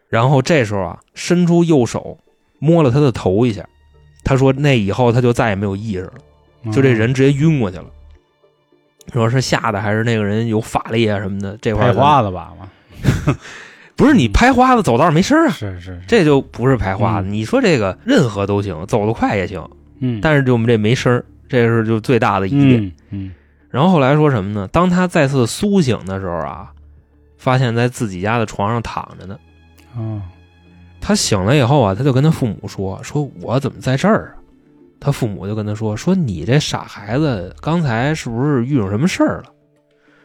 S3: 然后这时候啊，伸出右手摸了他的头一下，他说那以后他就再也没有意识了，
S1: 嗯
S3: 就这人直接晕过去了。说是吓的还是那个人有法力啊什么的，这块
S1: 拍
S3: 儿
S1: 花子吧嘛，
S3: 不是你拍花子走道儿没声儿啊，
S1: 是是，是
S3: 这就不是拍花子。
S1: 嗯
S3: 你说这个任何都行，走得快也行，
S1: 嗯，
S3: 但是就我们这没声儿，这是就最大的疑点。
S1: 嗯嗯
S3: 然后后来说什么呢？当他再次苏醒的时候啊，发现在自己家的床上躺着呢。
S1: 哦
S3: 他醒了以后啊，他就跟他父母说：“说我怎么在这儿啊？”他父母就跟他说：“说你这傻孩子，刚才是不是遇上什么事儿了？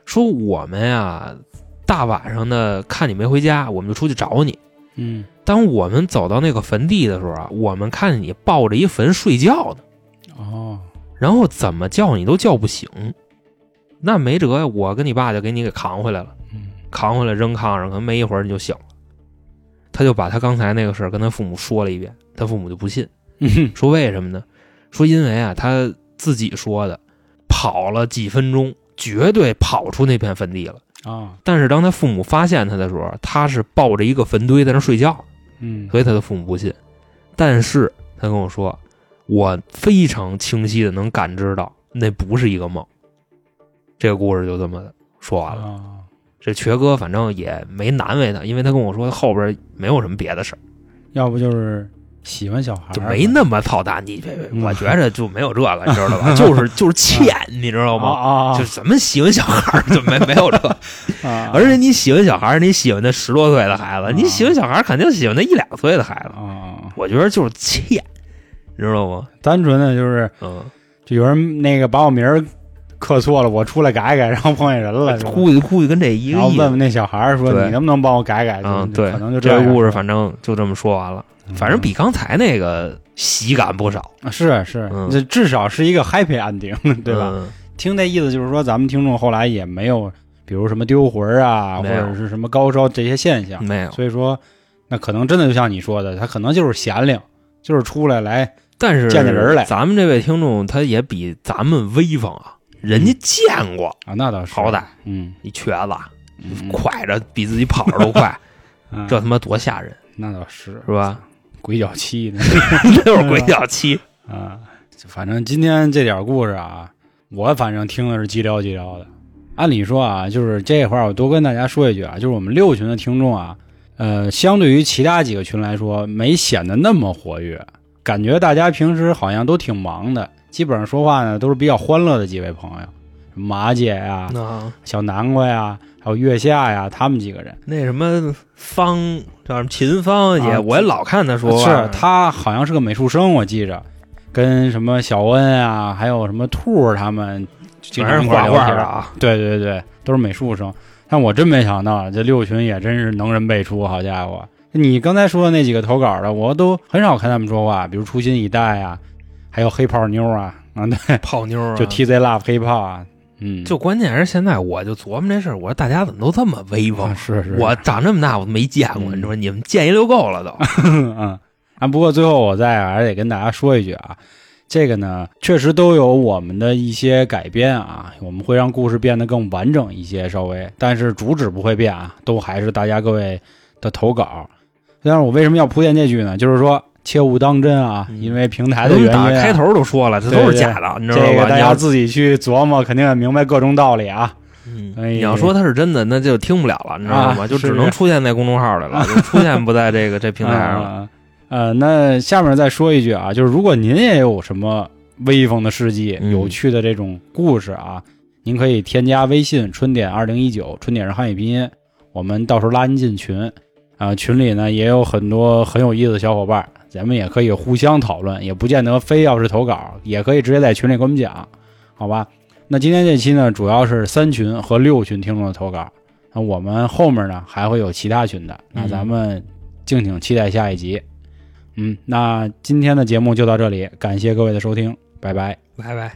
S3: 说我们呀、大晚上的看你没回家，我们就出去找你。
S1: 嗯
S3: 当我们走到那个坟地的时候啊，我们看见你抱着一坟睡觉呢。”
S1: 哦，
S3: 然后怎么叫你都叫不醒，那没辙呀，我跟你爸就给你给扛回来了，
S1: 嗯
S3: 扛回来扔炕上，可能没一会儿你就醒了。他就把他刚才那个事儿跟他父母说了一遍，他父母就不信，
S1: 嗯哼
S3: 说为什么呢？说因为啊，他自己说的，跑了几分钟，绝对跑出那片坟地了。
S1: 啊，
S3: 但是当他父母发现他的时候，他是抱着一个坟堆在那儿睡觉，
S1: 嗯，
S3: 所以他的父母不信。但是他跟我说，我非常清晰的能感知到那不是一个梦。这个故事就这么说完了。
S1: 啊，
S3: 这瘸哥反正也没难为他，因为他跟我说后边没有什么别的事儿，
S1: 要不就是喜欢小孩儿，
S3: 就没那么操蛋。你别，
S1: 嗯
S3: 别我觉着就没有这个，你知道 吧？就是就是欠，你知道吗？
S1: 啊啊
S3: 就什么喜欢小孩儿就没没有这个，
S1: 啊啊，
S3: 而且你喜欢小孩儿，你喜欢那十多岁的孩子，你喜欢小孩儿肯定喜欢那一两岁的孩子。
S1: 啊，
S3: 我觉得就是欠，你知道吗？
S1: 单纯的就是
S3: 嗯，
S1: 就有人那个把我名儿刻错了，我出来改改，然后碰见人了，是吧
S3: 估计估计跟这一个
S1: 然后
S3: 意
S1: 问
S3: 思。
S1: 问那小孩儿说
S3: 对
S1: 你能不能帮我改改？
S3: 嗯，
S1: 就
S3: 对，
S1: 可能就
S3: 这
S1: 样
S3: 个故事，反正就这么说完了。反正比刚才那个喜感不少，
S1: 嗯是是
S3: 嗯，
S1: 这至少是一个 happy ending，对 吧？
S3: 嗯？
S1: 听那意思就是说，咱们听众后来也没有，比如什么丢魂儿啊，或
S3: 没有嗯
S1: 者是什么高烧这些现象，
S3: 没有，
S1: 所以说，那可能真的就像你说的，他可能就是闲灵，就是出来来，
S3: 但是
S1: 见着人儿来
S3: 咱们这位听众他也比咱们威风啊，人家见过，
S1: 啊，那嗯倒是
S3: 好歹
S1: 嗯，
S3: 你瘸子
S1: 嗯，
S3: 快着比自己跑着都 快，
S1: 嗯
S3: 这他妈多吓人
S1: 那倒是
S3: 是 吧？嗯
S1: 鬼脚七呢
S3: 那会儿鬼脚七，
S1: 啊，反正今天这点故事啊，我反正听的是寂寥寂寥的。按理说啊，就是这块儿我多跟大家说一句啊，就是我们六群的听众啊，呃，相对于其他几个群来说，没显得那么活跃，感觉大家平时好像都挺忙的，基本上说话呢都是比较欢乐的几位朋友，什么马姐呀、
S3: 那
S1: 小南瓜呀，还有月下呀，他们几个人。
S3: 那什么方叫什么秦芳姐，
S1: 啊
S3: 我也老看她说话
S1: 是他好像是个美术生，我记着，跟什么小恩啊，还有什么兔儿他们，经
S3: 全
S1: 常
S3: 是
S1: 一块儿
S3: 画
S1: 聊
S3: 画
S1: 天
S3: 的。啊，
S1: 对对对，都是美术生。但我真没想到，这六群也真是能人辈出，好家伙！你刚才说的那几个投稿的，我都很少看他们说话，比如初心以待啊，还有黑泡妞啊，啊对，
S3: 泡妞啊，
S1: 就 TZ Love 黑泡啊，嗯，
S3: 就关键是现在我就琢磨这事儿，我说大家怎么都这么威风
S1: 啊？是是，
S3: 我长这么大我都没见过，
S1: 嗯
S3: 你说你们见一溜够了都。
S1: 嗯啊，不过最后我再还是得跟大家说一句啊，这个呢确实都有我们的一些改编啊，我们会让故事变得更完整一些，稍微，但是主旨不会变啊，都还是大家各位的投稿。但是我为什么要铺垫这句呢？就是说切勿当真啊，
S3: 嗯
S1: 因为平台
S3: 咱
S1: 的
S3: 们
S1: 原因
S3: 打
S1: 啊、
S3: 开头都说了，这都是假的，你知
S1: 这
S3: 道
S1: 个
S3: 吧？
S1: 大
S3: 你
S1: 家
S3: 要
S1: 自己去琢磨，肯定也明白各种道理啊。
S3: 嗯
S1: 哎
S3: 你要说它是真的，那就听不了了，你知道吗？
S1: 啊
S3: 就是只能出现在公众号里 了，就出现不在这个这平台上了。
S1: 啊呃，那下面再说一句啊，就是如果您也有什么威风的事迹、
S3: 嗯
S1: 有趣的这种故事啊，您可以添加微信“春点二零一九”，春点是汉语拼音，我们到时候拉您进群啊。群里呢也有很多很有意思的小伙伴，咱们也可以互相讨论，也不见得非要是投稿，也可以直接在群里跟我们讲，好吧？那今天这期呢，主要是三群和六群听众的投稿，那我们后面呢还会有其他群的，那咱们敬请期待下一集。嗯，那今天的节目就到这里，感谢各位的收听，拜拜。
S3: 拜拜。